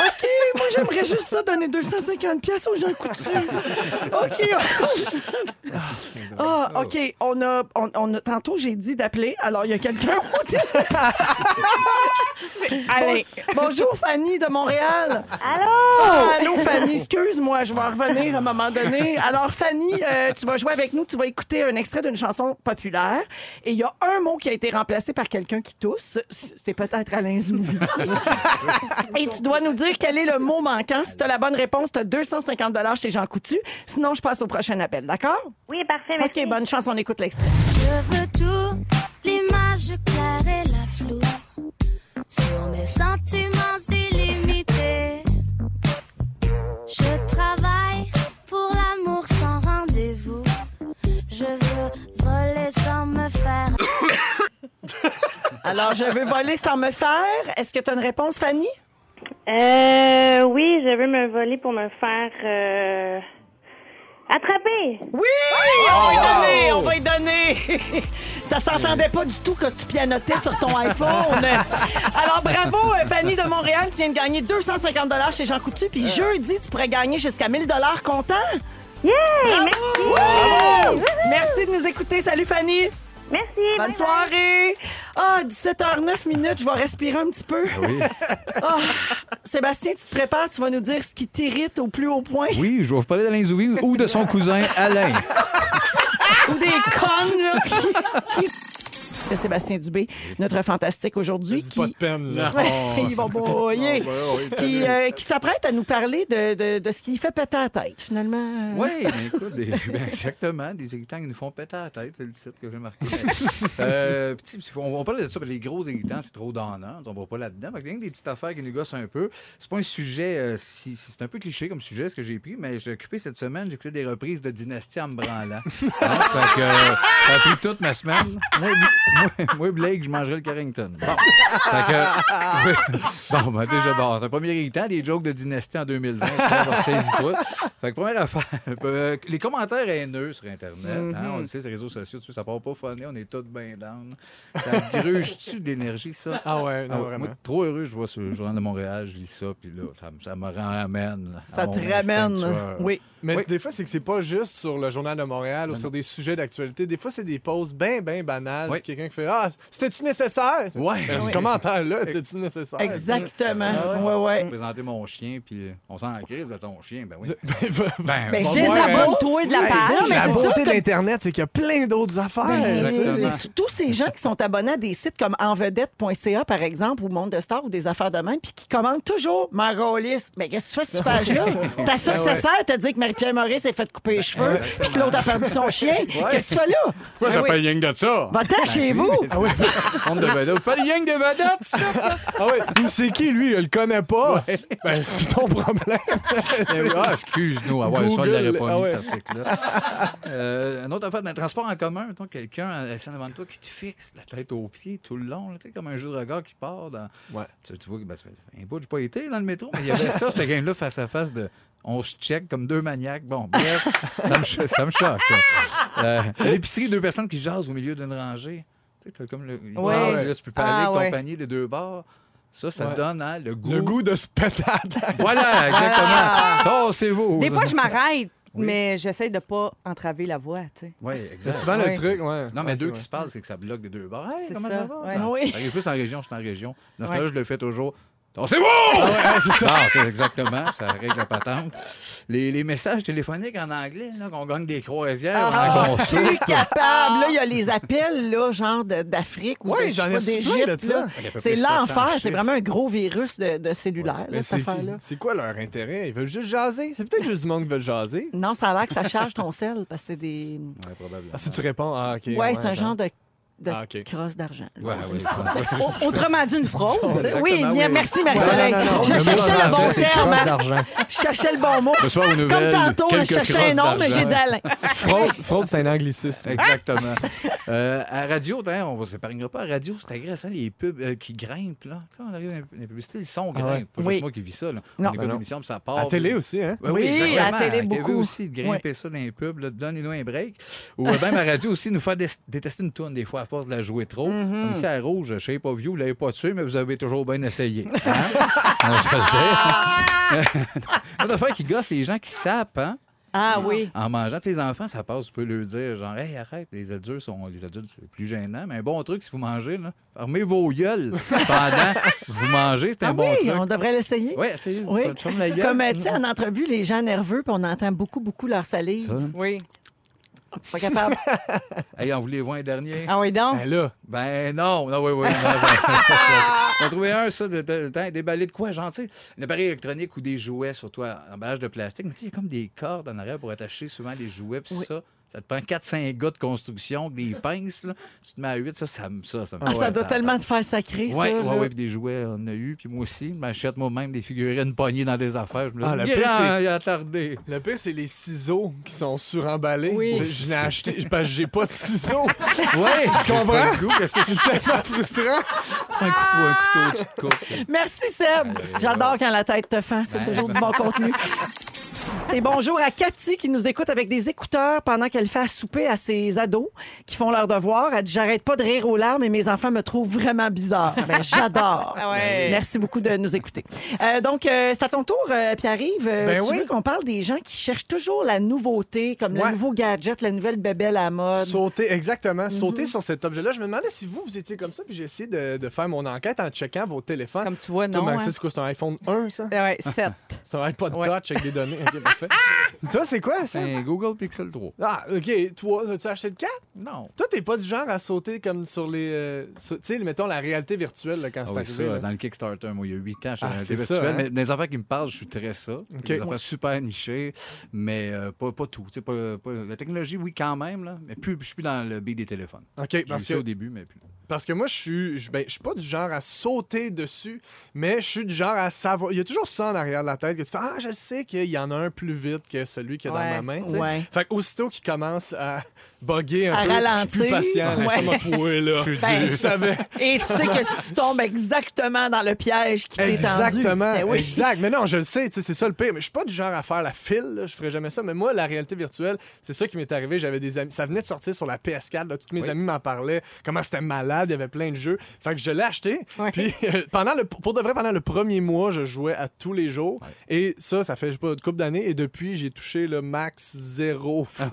S6: OK, moi, j'aimerais juste ça, donner 250 pièces aux gens coutus. OK. Ah, OK, on a, on, on a... Tantôt, j'ai dit d'appeler, alors il y a quelqu'un au téléphone.
S3: Allez.
S6: Bonjour, Fanny de Montréal. Oh,
S5: Allô?
S6: Allô, Fanny, excuse-moi, je vais en revenir à un moment donné. Alors, Fanny, euh, tu vas jouer avec nous, tu vas écouter un extrait d'une chanson populaire et il y a un mot qui a été remplacé par quelqu'un qui tousse. C'est peut-être Alain Zouvi. et tu dois nous dire quel est le mot manquant. Si tu as la bonne réponse, tu as 250 chez Jean Coutu. Sinon, je passe au prochain appel, d'accord?
S5: Oui, parfait, merci.
S6: OK, bonne chance, on écoute l'extrait.
S10: Je veux tout, l'image claire et la floue. Sur mes sentiments illimités. Je travaille pour l'amour sans rendez-vous. Je veux voler sans me faire.
S6: Alors, je veux voler sans me faire. Est-ce que tu as une réponse, Fanny?
S5: Euh, oui, je veux me voler pour me faire euh, attraper.
S6: Oui! On
S4: Oh!
S6: va y donner! On va y donner! Ça s'entendait pas du tout que tu pianotais sur ton iPhone. Alors, bravo, euh, Fanny de Montréal. Tu viens de gagner 250 chez Jean Coutu. Puis jeudi, tu pourrais gagner jusqu'à 1000 Content?
S5: Yeah!
S6: Bravo! Merci de nous écouter. Salut, Fanny.
S5: Merci! bye
S6: Bonne
S5: bye.
S6: soirée. Ah, 17h09 minutes. Je vais respirer un petit peu.
S4: Oui.
S6: Ah, Sébastien, tu te prépares. Tu vas nous dire ce qui t'irrite au plus haut point.
S4: Oui, je vais vous parler d'Alain Zouville ou de son cousin Alain.
S6: ou des connes, là, qui- qui- Que Sébastien Dubé, notre fantastique aujourd'hui,
S2: Dis pas de
S6: qui...
S2: peine, là.
S6: Ils vont broyer.
S2: ben
S6: qui euh, qui s'apprête à nous parler de, de, de ce qui fait péter la tête,
S1: Euh,
S6: finalement.
S4: Oui, mais écoute, des- ben, exactement, des irritants qui nous font péter la tête, c'est le titre que j'ai marqué. Euh, petit- petit- on, on parle de ça, mais les gros irritants, c'est trop donnant, on va pas là-dedans. Fait que rien que des petites affaires qui nous gossent un peu. C'est pas un sujet, euh, si, si- c'est un peu cliché comme sujet ce que j'ai pris, mais j'ai occupé cette semaine, j'ai écouté des reprises de Dynastie en me branlant. Hein, fait que euh, ça a pris toute ma semaine. Moi, moi- moi, Blake, je mangerais le Carrington. Bon, Fait que, Bon, ben, déjà, bon, c'est un premier irritant, des jokes de dynastie en 2020. ça, on Saisis-toi. Fait que première affaire, euh, les commentaires haineux sur Internet, hein, on le sait, ces réseaux sociaux, tout ça, ça part pas funny, on est tous bien down. Ça gruge-tu d'énergie, ça?
S2: Ah ouais, non,
S4: Ah ouais,
S2: vraiment.
S4: moi, trop heureux, je vois sur le journal de Montréal, je lis ça, puis là, ça, me- ça me ramène. à
S6: Ça
S4: Ah, mon
S6: te
S4: instinct
S6: ramène.
S4: tueur.
S6: Oui.
S2: Mais
S4: Oui.
S2: des fois, c'est que c'est pas juste sur le Journal de Montréal ou sur des sujets d'actualité. Des fois, c'est des pauses bien, bien banales.
S4: Oui.
S2: Quelqu'un qui fait Ah, c'était-tu nécessaire?
S4: Ouais.
S2: Ben, Ce
S4: Oui.
S2: commentaire-là, c'était-tu nécessaire?
S6: Exactement. Ouais, ouais.
S4: Présenter mon chien, puis euh, on s'en crise de ton chien, ben oui.
S6: Ben,
S4: va
S6: j'ai
S4: voir,
S6: la
S4: hein.
S6: bonne-
S3: Abonne-toi de la page.
S6: Non, mais
S2: La
S6: c'est
S2: beauté
S6: sûr
S2: de
S6: que-
S2: l'Internet, c'est qu'il y a plein d'autres affaires.
S4: Ben, Exactement.
S6: Mais Tous ces gens qui sont abonnés à des sites comme envedette.ca, par exemple, ou Monde de Star ou des affaires de même, puis qui commentent toujours Margolis. Mais qu'est-ce que tu fais sur cette page-là? C'est à ça
S2: Ben
S6: que ça sert, te dire que Marie-Pierre Maurice s'est fait couper les cheveux, puis que l'autre a perdu son chien. Qu'est-ce que tu fais là?
S4: Pourquoi
S6: Ben oui.
S4: rien que de ça?
S6: Va-t'en chez
S1: vous?
S4: Ah oui. On de vedettes. Pas de gang de vedettes, ça.
S2: Ah ouais, c'est qui lui? Je le connais pas. Ben, c'est ton problème.
S4: Eh oui, Ah, excuse-nous. Ah ouais, ça, il
S2: Google.
S4: l'aurait pas
S2: Ah
S4: mis,
S2: ouais.
S4: cet article-là. Euh, une autre affaire, dans le transport en commun, mettons, quelqu'un euh, assis en avant de toi qui te fixe la tête aux pieds tout le long, là, tu sais, comme un jeu de regard qui part. Dans...
S2: Ouais.
S4: Tu, tu vois que, ben, c'est- c'est un bout, j'ai pas été dans le métro, mais il y avait ça, ce game-là, face à face de. On se check comme deux maniaques. Bon, bref, ça me, cho- ça me choque. là. Euh, à L'épicerie, deux personnes qui jasent au milieu d'une rangée. Tu sais, t'as comme le.
S3: Ouais.
S4: Ah, là, tu peux parler
S3: Ah,
S4: avec ton
S3: ouais.
S4: panier des deux bords. Ça, ça
S2: Ouais.
S4: donne hein, le goût.
S2: Le goût de se pétade.
S4: Voilà,
S3: Voilà.
S4: exactement. Tassez-vous.
S3: Des fois, je m'arrête,
S4: Oui.
S3: mais j'essaie de pas entraver la voix, tu sais.
S4: Oui,
S2: C'est
S4: exact.
S2: souvent
S3: Ouais.
S2: le truc, ouais.
S4: Non, mais
S2: Ouais,
S4: deux
S2: ouais.
S4: qui se passent, c'est que ça bloque des deux bars. Hey,
S3: C'est
S4: comment
S3: ça,
S4: ça, va?
S3: ouais.
S4: Ça-
S1: Oui.
S4: ça arrive plus en région, je suis en région. Dans ce
S3: Ouais.
S4: cas-là, je le fais toujours. C'est vous! c'est exactement. Ça règle la patente. Les, les messages téléphoniques en anglais, là, qu'on gagne des croisières,
S1: Ah.
S4: on en consulte.
S1: Plus capable. Là, il y a les appels, là, genre de- d'Afrique ou
S2: Ah! Ouais,
S1: de- je
S2: j'en
S1: sais
S2: ai
S1: pas,
S2: reçu plein
S1: d'Égypte.
S2: de ça.
S1: là.
S4: Il y a à peu
S1: C'est
S4: près 700
S1: l'enfer. C'est
S4: chiffres.
S1: vraiment un gros virus de, de cellulaire, là,
S2: Mais
S1: cette
S2: c'est,
S1: affaire-là.
S2: c'est quoi leur intérêt? Ils veulent juste jaser. C'est peut-être juste du monde qui veut jaser.
S1: Non, ça a l'air que ça charge ton sel parce que c'est des.
S4: Ouais, probablement.
S2: Ah, si tu réponds, ah, OK.
S1: Ouais, c'est un genre de, de
S2: Ah, OK.
S1: crosse d'argent. là.
S4: Ouais, ouais, je comprends.
S3: Au- Autrement dit, une fraude. tu sais.
S4: Exactement,
S1: Oui,
S4: oui.
S1: merci
S2: Non,
S1: Marie-Soleil.
S2: non, non, non.
S1: Je
S2: Le mot
S1: cherchais
S2: en
S1: le
S2: français,
S1: bon
S2: c'est
S1: terme.
S2: crosse
S1: hein.
S2: d'argent.
S1: Je cherchais le bon mot.
S4: Ce soir, aux
S1: Comme
S4: nouvelles,
S1: tantôt, je
S4: quelques
S1: cherchais un
S4: crosses
S1: nom, mais
S4: d'argent.
S1: j'ai dit Alain.
S2: Fraude, fraude, c'est un anglicisme.
S4: Exactement.
S1: Ah!
S4: Euh, à radio, d'ailleurs, on ne s'épargnera pas. À radio, c'est agressant, les pubs euh, qui grimpent. Là. Tu sais, on arrive à une- une publicité, ils sont grimpent. Pas
S1: Ah Oui.
S4: juste moi qui vis ça. Là.
S1: Non.
S4: On écoute
S2: Ben non.
S4: l'émission, puis ça part.
S2: À
S4: puis-
S2: télé aussi, hein?
S4: Ben
S1: Oui, à
S4: exactement.
S1: télé,
S4: TV
S1: beaucoup.
S4: aussi, de grimper ça dans les pubs, là, donnez-nous un break. Ou euh, même à radio aussi, nous faire dé- détester une tourne des fois à force de la jouer trop.
S1: Mm-hmm.
S4: Comme ici à Rouge, je sais pas vous, vous l'avez pas tué, mais vous avez toujours bien essayé. Hein?
S1: Ah,
S4: on se le dit. Une affaire qui gosse les gens qui sapent, hein?
S3: Ah oui.
S4: En mangeant tes enfants, ça passe, tu peux leur dire genre Hey, arrête, les adultes sont les adultes, c'est plus gênant, mais un bon truc si vous mangez, là, fermez vos gueules pendant que vous mangez, c'est un
S1: Ah
S4: bon
S1: oui,
S4: truc.
S1: on devrait l'essayer.
S4: Oui, c'est
S1: Oui.
S4: ferme la gueule.
S1: Comme, euh,
S4: sinon-
S1: tu sais, en entrevue, les gens nerveux, puis on entend beaucoup, beaucoup leur salive.
S4: Ça, là.
S3: Oui.
S1: Pas capable.
S4: Hey, on voulait voir un dernier.
S3: Ah oui, donc.
S2: Ben là,
S4: Ben non, non, oui, oui. non,
S1: Ah!
S4: non. On a trouvé un, ça, de, de, de- déballé de quoi, gentil? Un appareil électronique ou des jouets, surtout en emballage de plastique. Mais tu sais, il y a comme des cordes en arrière pour attacher souvent les jouets, puis ça, ça te prend 4-5 gars de construction, des pinces, là. Tu te mets à 8, ça, ça me. Ça, ça, me-
S1: Ah, ça
S4: Ouais,
S1: doit
S2: ben,
S4: t'as-
S1: tellement te faire sacrer,
S4: Ouais,
S1: ça.
S4: ouais,
S1: là.
S4: ouais, puis des jouets, on en a eu, puis moi aussi, je m'achète moi-même des figurines pognées dans des affaires. Je me
S2: Ah, le
S4: dis,
S2: pire,
S4: ah,
S2: c'est-
S4: il a attardé.
S2: le pire, c'est les ciseaux qui sont suremballés.
S3: Oui.
S2: Je- Je l'ai acheté parce que j'ai pas de ciseaux.
S4: Ouais, tu
S2: comprends?
S4: c'est
S2: tellement frustrant.
S4: un coup, un
S2: Ah!
S4: couteau, tu te coupes.
S1: Merci, Seb. J'adore quand la tête te fend. C'est
S4: Ben,
S1: toujours du
S4: ben.
S1: bon contenu. Et bonjour à Cathy qui nous écoute avec des écouteurs pendant qu'elle fait à souper à ses ados qui font leur devoir. Elle dit J'arrête pas de rire aux larmes et mes enfants me trouvent vraiment bizarre. Ben, J'adore. Ben,
S3: Ah ouais.
S1: Merci beaucoup de nous écouter. Euh, donc, euh, c'est à ton tour, euh, Pierre-Yves. Euh,
S2: Ben
S1: tu
S2: oui.
S1: veux qu'on parle des gens qui cherchent toujours la nouveauté, comme le
S2: Ouais.
S1: nouveau gadget, la nouvelle bébelle à la mode.
S2: Sauter, exactement.
S1: mm-hmm.
S2: Sauter sur cet objet-là. Je me demandais si vous, vous étiez comme ça, puis j'ai essayé de, de faire mon enquête en checkant vos téléphones.
S3: Comme tu vois,
S2: Toi,
S3: non.
S2: Maxi,
S3: hein.
S2: c'est quoi? C'est un iPhone 1, ça?
S3: Ah ouais, sept.
S2: C'est un iPod
S3: Ouais.
S2: Touch avec des données. OK, parfait. Toi, c'est quoi, ça?
S1: Ben,
S4: C'est un Google Pixel 3.
S2: Ah, OK. Toi, tu as acheté le 4?
S4: Non.
S2: Toi, t'es pas du genre à sauter comme sur les. euh, sur- tu sais, mettons la réalité virtuelle là, quand
S4: Ah
S2: c'est
S4: oui,
S2: arrivé.
S4: ça,
S2: là.
S4: dans le Kickstarter, moi, il y a 8 ans, je suis
S2: Ah,
S4: dans la
S2: c'est
S4: télé
S2: ça,
S4: virtuelle,
S2: hein?
S4: mais dans les affaires qui me parlent, je suis très ça. Des affaires super nichées, mais euh, pas, pas tout. Tu sais, Pas, pas- la technologie, oui, quand même, là, mais plus, je suis plus dans le B des téléphones.
S2: OK,
S4: J'ai eu
S2: parce
S4: ça au
S2: que,
S4: début, mais plus.
S2: parce que moi, je suis. Je ben, je suis pas du genre à sauter dessus, mais je suis du genre à savoir. Il y a toujours ça en arrière de la tête que tu fais Ah, je le sais qu'il y en a un plus vite que celui qui est
S3: Ouais,
S2: dans ma main. tu sais.
S1: ouais.
S2: Fait qu'aussitôt qu'il commence à bugger un
S1: À
S2: peu, je suis plus
S1: ralentir,
S2: patient. là. Je suis
S1: ouais.
S2: comme, toi, là.
S1: Ben,
S2: tu savais.
S1: Et tu sais que si tu tombes exactement dans le piège qui t'est tendu.
S2: Exactement,
S1: ben oui.
S2: exact. Mais non, je le sais, tu sais, c'est ça le pire. Mais je suis pas du genre à faire la file, là, je ferais jamais ça. Mais moi, la réalité virtuelle, c'est ça qui m'est arrivé. J'avais des amis, ça venait de sortir sur la PS4. Là, tous mes
S4: Oui.
S2: amis m'en parlaient. Comment c'était malade, il y avait plein de jeux. Fait que je l'ai acheté.
S3: Ouais.
S2: Puis euh, pendant le, pour de vrai, pendant le premier mois, je jouais à tous les jours. Et ça, ça fait je sais pas une couple d'années. Et depuis, j'ai touché le max zéro fois.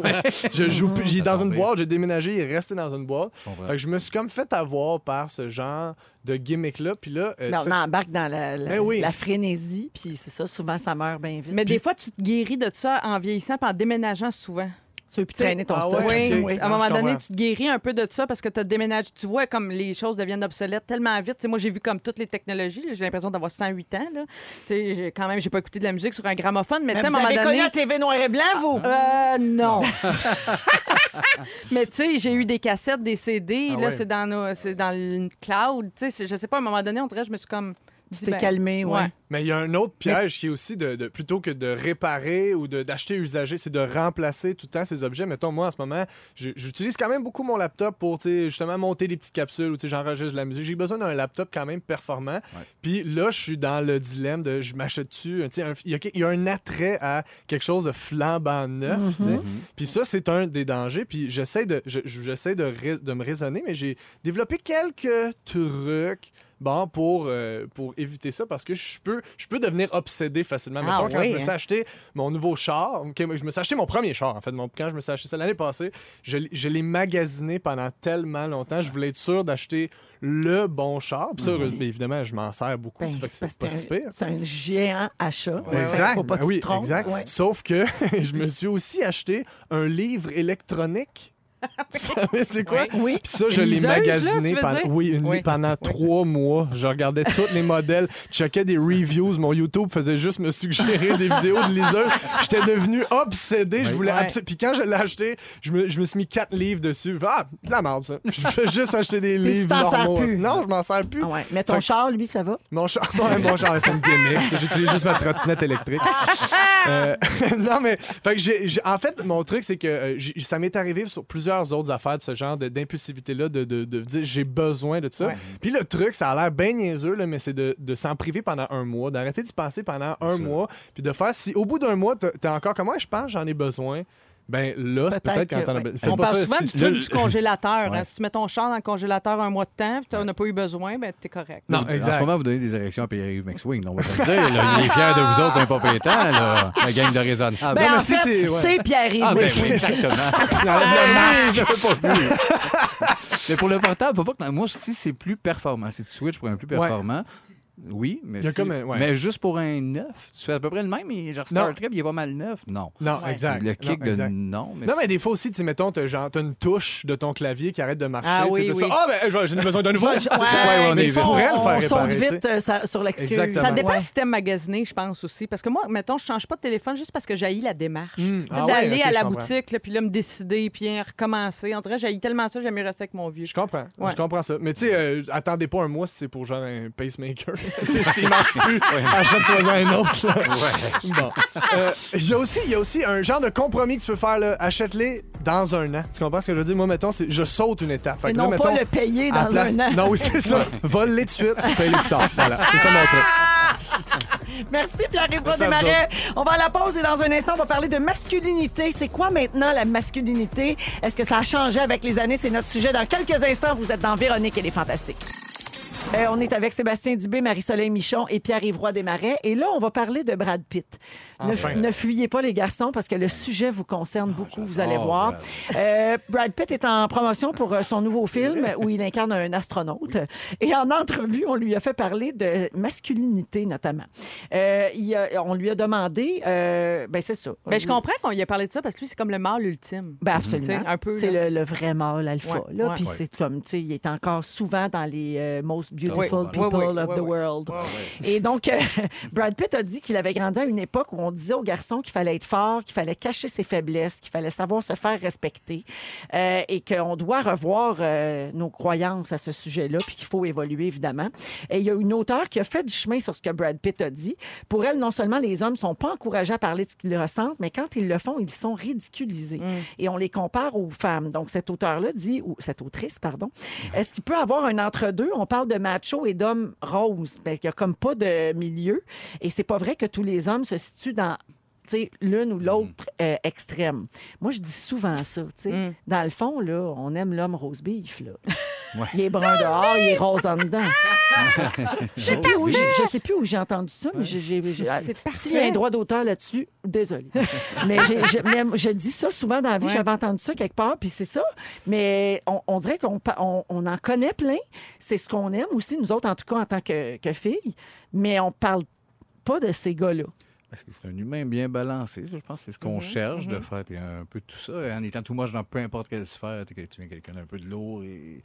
S2: je joue plus. J'ai
S4: Ça
S2: dans
S4: tombe
S2: une
S4: bien.
S2: boîte, j'ai déménagé, il est resté dans une boîte.
S4: comprends.
S2: Fait que je me suis comme fait avoir par ce genre de gimmick là. Puis là, euh,
S1: Ben,
S2: ça-
S1: on embarque dans la, la-
S2: Ben oui.
S1: la frénésie, puis c'est ça, souvent ça meurt bien vite.
S3: Mais des fois, tu te guéris de ça en vieillissant et en déménageant souvent.
S1: Tu veux plus traîner ton
S2: Ah
S1: stock.
S2: ouais,
S3: Oui,
S2: ok.
S1: oui.
S3: à un
S2: Non,
S3: moment
S2: je
S3: donné,
S2: comprends.
S3: tu te guéris un peu de ça parce que tu déménages. Tu vois comme les choses deviennent obsolètes tellement vite. Tu sais, moi, j'ai vu comme toutes les technologies. là, J'ai l'impression d'avoir 108 ans. Là. Tu sais, j'ai- quand même, j'ai pas écouté de la musique sur un gramophone, mais,
S1: Mais
S3: tu sais, à un
S1: vous
S3: moment
S1: avez connu
S3: donné.
S1: la TV noir et blanc, vous?
S3: Euh, non. mais tu sais, j'ai eu des cassettes, des CD.
S2: Ah
S3: là,
S2: ouais.
S3: c'est dans, nos- c'est dans le cloud. Tu sais, c'est- je sais pas, à un moment donné, on dirait, je me suis comme.
S1: tu
S3: dit,
S1: t'es
S3: ben,
S1: calmé, ouais.
S3: ouais.
S2: Mais il y a un autre piège qui est aussi de, de- plutôt que de réparer ou de- d'acheter usagé, c'est de remplacer tout le temps ces objets. Mettons, moi en ce moment, j'ai- j'utilise quand même beaucoup mon laptop pour tu sais, justement monter des petites capsules ou tu sais, j'enregistre de la musique. J'ai besoin d'un laptop quand même performant. Puis là, je suis dans le dilemme de je m'achète-tu. un- tu sais, un- Il y, a- il y a un attrait à quelque chose de flambant neuf. tu sais. Puis ça, c'est un des dangers. Puis j'essaie de, je- je- j'essaie de, rais- de me raisonner, mais j'ai développé quelques trucs. Bon, pour, euh, pour éviter ça, parce que je peux, je peux devenir obsédé facilement.
S3: Ah
S2: Mettons, quand
S3: oui,
S2: je me suis
S3: hein.
S2: acheté mon nouveau char, ok, je me suis acheté mon premier char, en fait. Mon, quand je me suis acheté ça l'année passée, je, l'ai- je l'ai magasiné pendant tellement longtemps. Je voulais être sûr d'acheter le bon char. Puis ça, mais évidemment, je m'en sers beaucoup.
S1: Mhm. Ben,
S2: ça fait que
S1: c'est parce
S2: c'est
S1: que c'est
S2: pas si pire.
S1: un- c'est un géant achat.
S4: Ouais.
S1: Fait que Faut pas que
S2: Ben
S1: tu
S2: oui,
S1: te trompes.
S2: exact.
S1: Ouais.
S2: Sauf que je me suis aussi acheté un livre électronique. Vous savez, c'est quoi?
S1: Oui.
S2: Puis ça, je
S3: Une
S2: l'ai
S3: liseuse, là,
S2: magasiné
S3: tu veux
S2: pendant,
S3: dire?
S2: oui, une-
S3: Oui.
S2: pendant trois mois. Je regardais tous les modèles, checkais des reviews. Mon YouTube faisait juste me suggérer des vidéos de liseuse. J'étais devenu obsédé. Je voulais
S3: Ouais.
S2: abso- Puis quand je l'ai acheté, je me, je me suis mis quatre livres dessus. Ah, de la merde, ça. Je veux juste acheter des
S1: tu
S2: livres
S1: t'en sers
S2: normaux.
S1: plus.
S2: Non, je m'en sers plus.
S1: Ah ouais. Mais ton
S2: Fait que-
S1: char, lui, ça va?
S2: Mon char, ouais, mon char, c'est une gimmick. C'est- J'utilise juste ma trottinette électrique. Euh, non, mais fait que j'ai- j'ai- en fait, mon truc, c'est que euh, j'ai- ça m'est arrivé sur plusieurs autres affaires de ce genre de- d'impulsivité-là, de, de, de dire j'ai besoin de ça.
S3: Ouais.
S2: Puis le truc, ça a l'air bien niaiseux, là, mais c'est de, de s'en priver pendant un mois, d'arrêter d'y penser pendant un
S4: sûr.
S2: mois, puis de faire si au bout d'un mois, t'as t'as encore comment je pense, j'en ai besoin. Ben là, c'est
S1: Peut-être
S2: peut-être quand
S1: que-
S2: t'en as
S1: ouais.
S2: besoin.
S3: On
S2: Faites pas
S3: parle
S2: ça
S3: souvent
S2: si-
S3: du
S2: là,
S3: truc du congélateur. hein.
S4: Ouais.
S3: Si tu mets ton char dans le congélateur un mois de temps, puis t'en as pas eu besoin, ben t'es correct.
S2: Non,
S4: En ce
S2: exact.
S4: moment, vous donnez des érections à Pierre-Yves McSwing, là, on va se le dire. là. il est fier de vous autres, c'est un pas pétant, là. La gang de raisonnable.
S1: Ben,
S2: mais
S1: en
S2: si,
S1: fait,
S2: c'est- ouais.
S1: c'est Euh, Pierre-Yves.
S4: Ah, ben
S1: McSween.
S4: oui, exactement.
S2: J'enlève le masque.
S4: mais pour le portable, faut pas que. Moi, si c'est plus performant, si tu switches pour un plus performant, oui, mais,
S2: Il y a
S4: si-
S2: comme un- ouais.
S4: mais juste pour un neuf, tu fais à peu près le même, mais genre Star
S2: Non.
S4: Trek, il est pas mal neuf. Non.
S2: Non, exact.
S4: Le kick
S2: Non,
S4: de
S2: exact.
S4: non, mais.
S2: Non, mais des fois aussi, tu sais, mettons, t'as genre, t'as une touche de ton clavier qui arrête de marcher.
S3: Ah
S2: tu sais,
S3: oui,
S2: parce
S3: oui.
S2: que, Ah, ben, j'ai- j'ai besoin d'un nouveau.
S1: Ouais,
S2: C'est-
S4: ouais, on
S1: mais
S4: est
S1: ça,
S4: vite.
S2: On pourrait le faire
S1: on saute
S2: réparer, tu sais.
S1: vite euh, ça- sur l'excuse.
S2: Exactement.
S3: Ça dépend
S1: Ouais.
S3: si t'aimes magasiner, je pense aussi. Parce que moi, mettons, je change pas de téléphone juste parce que j'haïs la démarche.
S2: Hmm.
S3: Tu sais,
S2: Ah ouais,
S3: D'aller
S2: ok,
S3: à
S2: je
S3: la
S2: comprends.
S3: boutique, là, puis là, me décider, puis hein, recommencer. En tout cas, j'haïs tellement ça, j'aime mieux rester avec mon vieux.
S2: Je comprends,
S3: Ouais.
S2: je comprends ça. Mais tu sais, euh, attendez pas un mois si c'est pour genre un pacemaker. Tu sais, S'il marche plus, achète-toi un autre. là. Bon. Euh, Il y a aussi- il y a aussi un genre de compromis que tu peux faire, là. Achète-les dans un an. Tu comprends ce que je veux dire? Moi, mettons, c'est- je saute une étape. Fait
S1: Et
S2: que là,
S1: non pas
S2: mettons,
S1: le payer
S2: à
S1: dans
S2: place-
S1: un an.
S2: Non, oui, c'est ça. Vole-les tout de suite, paye-les plus tard. Voilà, c'est ça mon truc.
S1: Merci Pierre-Yves
S2: Merci à vous
S1: Desmarais. On va à la pause et dans un instant, on va parler de masculinité. C'est quoi maintenant la masculinité? Est-ce que ça a changé avec les années? C'est notre sujet. Dans quelques instants, vous êtes dans Véronique et les Fantastiques. Euh, on est avec Sébastien Dubé, Marie-Soleil Michon et Pierre-Yves Roy Desmarais. Et là, on va parler de Brad Pitt. Ne,
S2: Enfin.
S1: ne fuyez pas, les garçons, parce que le sujet vous concerne beaucoup, vous allez
S4: j'adore
S1: voir.
S4: Brad.
S1: Euh, Brad Pitt est en promotion pour euh, son nouveau film où il incarne un astronaute. Et en entrevue, on lui a fait parler de masculinité, notamment. Euh, il a- on lui a demandé... euh, ben, c'est ça.
S3: Mais je comprends qu'on y a parlé de ça parce que lui, c'est comme le mâle ultime.
S1: Ben absolument.
S3: Mhm. Tu sais, un peu,
S1: c'est
S3: là.
S1: le, le vrai mâle alpha.
S3: Ouais,
S1: là,
S3: ouais.
S1: Puis
S4: Ouais.
S1: c'est comme, tu sais, il est encore souvent dans les euh, most beautiful
S4: Oui, oui,
S1: people
S3: oui,
S1: of
S3: oui,
S1: the
S3: oui.
S1: world.
S3: Ouais, ouais.
S1: Et donc, euh, Brad Pitt a dit qu'il avait grandi à une époque où on disait aux garçons qu'il fallait être fort, qu'il fallait cacher ses faiblesses, qu'il fallait savoir se faire respecter euh, et qu'on doit revoir euh, nos croyances à ce sujet-là, puis qu'il faut évoluer, évidemment. Et il y a une auteure qui a fait du chemin sur ce que Brad Pitt a dit. Pour elle, non seulement les hommes sont pas encouragés à parler de ce qu'ils ressentent, mais quand ils le font, ils sont ridiculisés. Et on les compare aux femmes. Donc, cet auteur-là dit, ou cette autrice, pardon, est-ce qu'il peut avoir un entre-deux? On parle de macho et d'homme rose. mais il n'y a comme pas de milieu. Et c'est pas vrai que tous les hommes se situent dans tu sais, l'une ou l'autre euh, extrême. Moi, je dis souvent ça. tu sais.
S3: Mm.
S1: Dans le fond, là, on aime l'homme rose beef. Là.
S4: Ouais.
S1: Il est brun dehors, il est rose en dedans. Je sais plus où j'ai- je sais plus où j'ai entendu ça, mais j'ai- j'ai- j'ai-
S3: C'est
S1: s'il y a un
S3: parfait.
S1: droit d'auteur là-dessus, désolé. mais, j'ai- je, mais je dis ça souvent dans la vie,
S3: Ouais.
S1: j'avais entendu ça quelque part, puis c'est ça. Mais on, on dirait qu'on pa- on, on en connaît plein. C'est ce qu'on aime aussi, nous autres, en tout cas, en tant que, que filles. Mais on parle pas de ces gars-là.
S4: Parce que c'est un humain bien balancé. ça, je pense que c'est ce
S1: Mm-hmm,
S4: qu'on cherche de faire. T'es un peu tout ça. hein. En étant tout moche dans peu importe quelle sphère, t'es- tu es quelqu'un d'un peu de lourd et,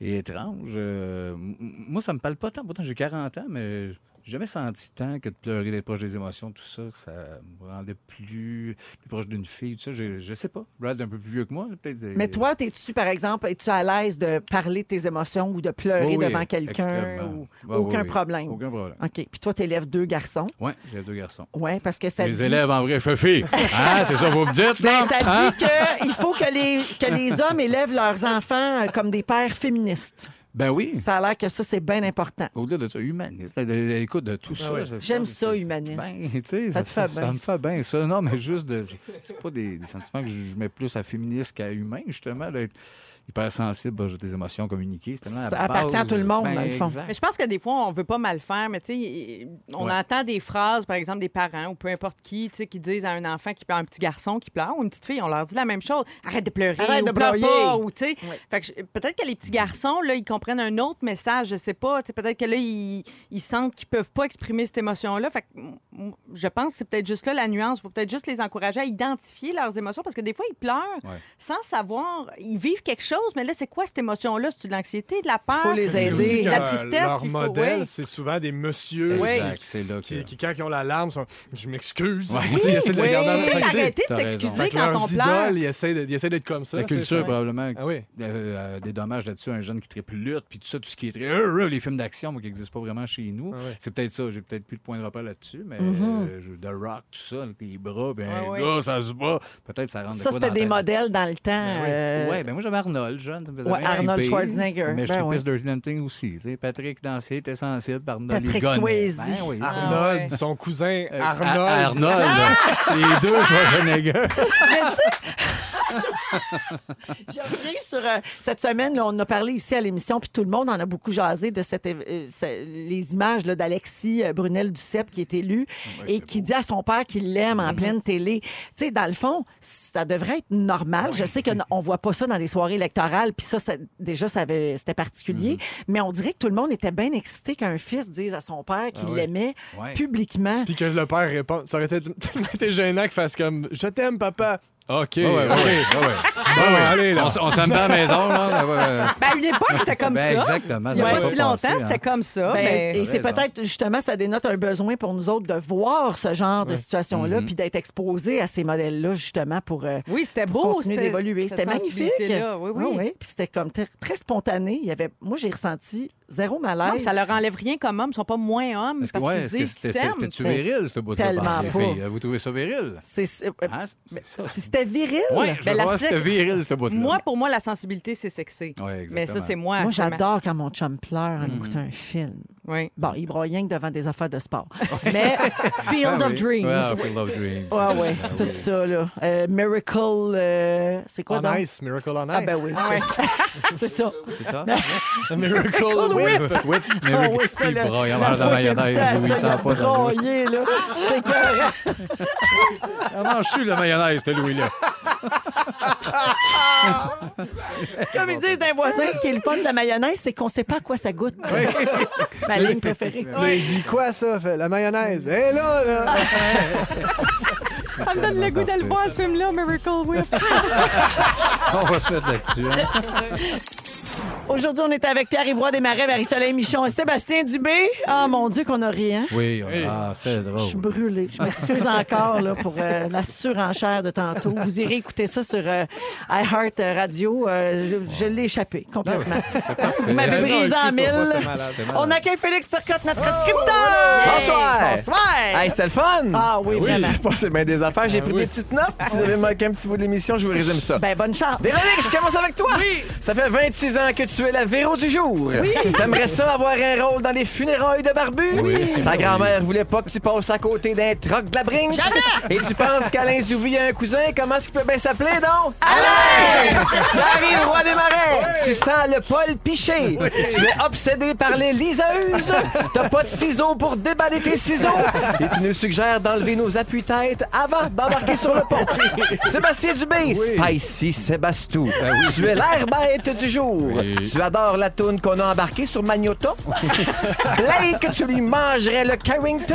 S4: et étrange. Euh, m- m- moi, ça me parle pas tant. Pourtant, j'ai 40 ans, mais j'ai jamais senti tant que de pleurer, d'être proche des émotions, tout ça. Ça me rendait plus, plus proche d'une fille, tout ça. Je, je sais pas. Brad est un peu plus vieux que moi, là, peut-être. euh,
S1: Mais toi, t'es-tu, par exemple, es-tu à l'aise de parler de tes émotions ou de pleurer
S4: Oh Oui, oui,
S1: devant quelqu'un?
S4: extrêmement. Ah
S1: ou-
S4: Ouais,
S1: Aucun
S4: ouais, ouais.
S1: problème.
S4: Aucun problème.
S1: OK. Puis toi, t'élèves deux garçons.
S4: Oui, j'ai deux garçons.
S1: Oui, parce que ça
S4: Les
S1: dit...
S4: élèves en vrai, feu Hein, c'est ça que vous me dites, là?
S1: Ben, ça dit
S4: Hein?
S1: qu'il faut que les, que les hommes élèvent leurs enfants euh, comme des pères féministes.
S4: Ben oui.
S1: Ça a l'air que ça, c'est bien important.
S4: Au-delà de ça, humaniste. de- de- euh, Écoute, de tout ça.
S2: ouais.
S4: c'est
S1: Ah J'aime ça,
S4: c'est-
S1: humaniste.
S4: Ben, tu sais,
S1: Ça
S4: ça,
S1: te fait
S4: ça
S1: bien.
S4: me fait bien, ça. Non, mais juste de. C'est pas des, des sentiments que je, je mets plus à féministe qu'à humain, justement, d'être hyper sensible à ben, des émotions communiquées. C'est tellement la
S1: Ça appartient à
S4: base.
S1: tout le monde,
S4: Ben,
S1: dans le fond.
S4: exact.
S3: Mais je pense que des fois, on veut pas mal faire, mais tu sais, on
S4: Ouais.
S3: entend des phrases, par exemple, des parents ou peu importe qui, tu sais, qui disent à un enfant qui pleure, un petit garçon qui pleure ou une petite fille, on leur dit la même chose. Arrête de pleurer,
S1: Arrête
S3: ou
S1: de
S3: pleure
S1: pleurer.
S3: pas, ou tu sais. Fait que je- peut-être que les petits garçons, là, ils comprennent un autre message, je sais pas. Tu sais, peut-être que là, ils, ils sentent qu'ils peuvent pas exprimer cette émotion-là. Fait que m- m- je pense que c'est peut-être juste là la nuance. Faut peut-être juste les encourager à identifier leurs émotions parce que des fois, ils pleurent
S4: Ouais.
S3: sans savoir. Ils vivent quelque chose, mais là, c'est quoi cette émotion-là? C'est de l'anxiété, de la peur?
S1: Faut les
S2: C'est
S1: aider.
S2: aussi que,
S3: La
S2: euh,
S3: tristesse,
S2: leur
S3: puis il faut-
S2: modèle,
S3: oui.
S2: c'est souvent des messieurs
S3: Oui.
S4: Exact, c'est là que.
S2: qui, qui, quand ils ont la larme, sont Je m'excuse.
S4: Ouais.
S2: Tu sais, Ils essaient de
S1: Oui.
S2: la garder en
S1: Peut-être
S2: Fait que, tu sais,
S3: arrêter de
S4: t'as raison.
S3: s'excuser
S2: fait que
S3: quand
S2: leurs
S3: on pleure.
S2: idoles, ils essaient de- ils essaient d'être comme ça.
S4: La
S2: tu sais.
S4: culture, hein. probablement.
S2: Ah oui.
S4: euh, euh, des dommages là-dessus, un jeune qui tripe lutte, puis tout ça, tout ce qui est très. euh, euh, les films d'action, moi, qui n'existent pas vraiment chez nous.
S2: Ah ouais.
S4: C'est peut-être ça, j'ai peut-être plus de point de repère là-dessus, mais
S1: Mm-hmm.
S4: euh, je- The Rock, tout ça, avec les bras, ben,
S3: Ah ouais.
S4: gars, ça se bat. Peut-être ça rentre de
S1: Ça,
S4: quoi
S1: c'était
S4: Ah, dans
S1: des
S4: la tête.
S1: modèles dans le temps.
S4: Ben oui.
S1: euh,
S4: Ouais, ben moi j'avais Arnold, jeune. Ça me faisait
S1: Ouais,
S4: bien
S1: Arnold
S4: hyper.
S1: Schwarzenegger,
S4: Mais je
S1: ben
S4: tripais sur Dirty Dancing aussi. tu sais. Patrick Dancé était sensible par Arnold.
S1: Patrick
S4: il gonnait.
S1: Swayze.
S4: Ben oui, ça-
S2: Arnold,
S3: Ah ouais.
S2: son cousin
S4: Euh, Ar-
S2: Arnold.
S4: Arnold.
S1: Ah!
S4: les deux Schwarzenegger.
S1: Je reviens sur euh, cette semaine, là, on en a parlé ici à l'émission, puis tout le monde en a beaucoup jasé de cette, euh, ce- les images là, d'Alexis euh, Brunel Duceppe qui est
S4: Ah,
S1: élu et qui dit à son père qu'il l'aime
S4: Mhm.
S1: en pleine télé. Tu sais, dans le fond, ça devrait être normal. Je sais qu'on voit pas ça dans les soirées électorales, puis ça, ça- déjà, ça avait- c'était particulier,
S4: Mhm.
S1: mais on dirait que tout le monde était bien excité qu'un fils dise à son père qu'il
S4: Ah oui.
S1: l'aimait
S4: Ouais.
S1: publiquement.
S2: Puis que le père répond. Ça aurait été tellement été gênant qu'il fasse comme Je t'aime, papa. OK.
S4: Ouais, ouais, ouais,
S2: OK.
S4: ouais, ouais.
S2: Bon, allez, là.
S4: On, s- on s'aime bien à la maison, là. Ouais, ouais, ouais.
S3: Ben, à une époque, c'était comme
S4: Ben,
S3: ça.
S4: Exactement.
S3: Il n'y a
S4: ça
S3: pas
S4: m'a
S3: si
S4: passé,
S3: longtemps,
S4: hein.
S3: c'était comme ça.
S1: Ben,
S3: mais...
S1: et c'est
S4: raison.
S1: peut-être justement ça dénote un besoin pour nous autres de voir ce genre de situation-là,
S4: Mhm.
S1: puis d'être exposé à ces modèles-là justement pour euh,
S3: Oui, c'était
S1: pour
S3: beau.
S1: continuer
S3: Oh, c'était-
S1: d'évoluer.
S3: cette
S1: C'était magnifique.
S3: sensibilité-là, Oui, oui.
S1: oui. Puis c'était comme très, très spontané. Il y avait, moi j'ai ressenti zéro
S3: Non,
S1: malaise.
S3: mais ça leur enlève rien comme hommes. Ils sont pas moins hommes
S4: Est-ce que-
S3: parce
S4: ouais,
S3: qu'ils
S4: est-ce que
S3: disent
S4: c'était
S3: qu'ils
S4: c'était-
S3: s'aiment.
S4: c'était-tu viril, ce bout-là?
S1: Tellement
S4: par les
S1: pas.
S4: filles? Vous trouvez ça viril?
S1: C'est- c'est- euh,
S3: Ah,
S4: Hein, c'est- c'est ça.
S1: si c'était viril.
S4: Oui, je
S3: Ben, la
S4: veux savoir si
S3: sec-
S4: c'était viril, ce bout-là.
S3: Moi, pour moi, la sensibilité, c'est sexy.
S4: Ouais,
S3: mais
S4: exactement.
S3: ça, c'est moi.
S1: Moi,
S3: absolument. Mhm.
S1: j'adore quand mon chum pleure en écoutant un film.
S3: Oui.
S1: Bon, il broie rien que devant des affaires de sport. Mais
S3: Field of Dreams.
S4: Ouais, ah, Field of Dreams.
S1: ah
S4: Ben,
S1: ouais,
S4: ben
S1: tout
S4: oui.
S1: ça là, Euh, Miracle, euh, c'est quoi
S2: On
S1: donc?
S2: ice, Miracle on Ice.
S1: Ah ben oui, c'est ça.
S4: C'est ça?
S2: Miracle Whip.
S4: Oui, mais
S1: Ah
S4: oui,
S1: oui, ça,
S4: il
S1: là,
S4: braille en
S1: la
S4: l'air de
S1: fois qu'il
S4: mayonnaise.
S1: goûtait
S4: Oui,
S1: à
S4: il
S1: ça,
S4: sent pas
S1: de
S4: dans le-
S1: broyer, là. C'était écœurant.
S2: Ah
S4: Comment je suis la mayonnaise, ce Louis-là?
S1: Comme ils disent d'un voisin, ce qui est le fun de la mayonnaise, c'est qu'on sait pas à quoi ça goûte. Ma ligne préférée.
S2: Là, il dit quoi ça? Fait, la mayonnaise. Hé là, là!
S3: Ça me donne le goût d'aller voir ce film-là, Miracle Whip.
S4: On va se mettre là-dessus. hein.
S1: Aujourd'hui, on est avec Pierre-Yvoy Desmarais, Marie-Soleil Michon et Sébastien Dubé. Ah, mon Dieu, qu'on a ri, hein?
S4: Oui, on- ah, c'était drôle.
S1: Je suis brûlée. Je m'excuse encore là, pour euh, la surenchère de tantôt. Vous irez écouter ça sur euh, iHeart Radio. Euh, je je l'ai échappé complètement. Vous m'avez
S2: Non,
S1: brisé en
S2: excuse-toi,
S1: mille.
S2: c'était malade.
S1: On accueille Félix Turcotte, notre scripteur.
S11: Bonsoir.
S1: Bonsoir.
S11: Hey, c'était le fun!
S1: Ah oui,
S11: Il
S1: vraiment.
S11: s'est passé bien des affaires. J'ai pris
S2: oui.
S11: des petites notes. Si vous avez manqué un petit bout de l'émission, je vous résume ça.
S1: Ben, bonne chance.
S11: Véronique, je commence avec toi. Ça fait 26 ans que tu es la Véro du jour. T'aimerais ça avoir un rôle dans les funérailles de Barbu?
S4: Oui.
S11: Ta grand-mère voulait pas que tu passes à côté d'un troc de la brinque. Et tu penses qu'Alain Zouvi a un cousin? Comment est-ce qu'il peut bien s'appeler, donc? Alain! Marie Roy des Marais! Tu sens le Paul piché. Tu es obsédé par les liseuses. T'as pas de ciseaux pour déballer tes ciseaux. Et tu nous suggères d'enlever nos appuis-têtes avant d'embarquer sur le pont. Sébastien Dubé, Spicy Sébastou. Tu es l'air bête du jour. Tu adores la toune qu'on a embarquée sur Magnota. Blake, tu lui mangerais le Carrington.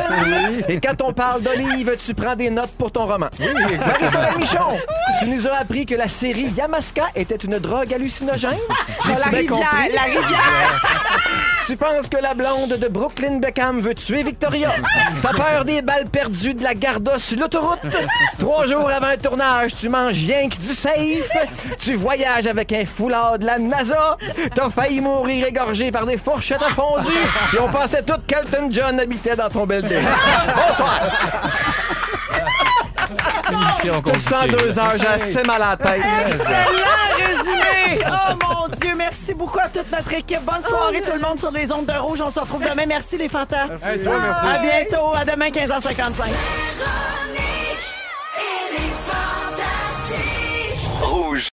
S11: Et quand on parle d'olive, tu prends des notes pour ton roman. Marie-Soleil Michon, tu nous as appris que la série Yamaska était une drogue hallucinogène. J'ai-tu
S3: la
S11: bien
S3: rivière,
S11: compris?
S3: la rivière.
S11: Tu penses que la blonde de Brooklyn Beckham veut tuer Victoria? T'as peur des balles perdues de la Garda sur l'autoroute? Trois jours avant un tournage, tu manges rien que du safe? Tu voyages avec un foulard de la NASA? T'as failli mourir égorgé par des fourchettes à fondue? Et on pensait tout qu'Elton John habitait dans ton building. Bonsoir!
S4: Émission
S11: Tout
S4: compliquée.
S11: 102 heures, j'ai assez mal à la tête.
S1: Excellent résumé! Oh mon Dieu, merci beaucoup à toute notre équipe. Bonne soirée tout le monde sur les ondes de rouge.
S2: Ah!
S1: On se retrouve demain. Merci les fantasmes.
S2: Hey, toi, merci.
S1: À bientôt. À demain 15h55.
S10: Véronique.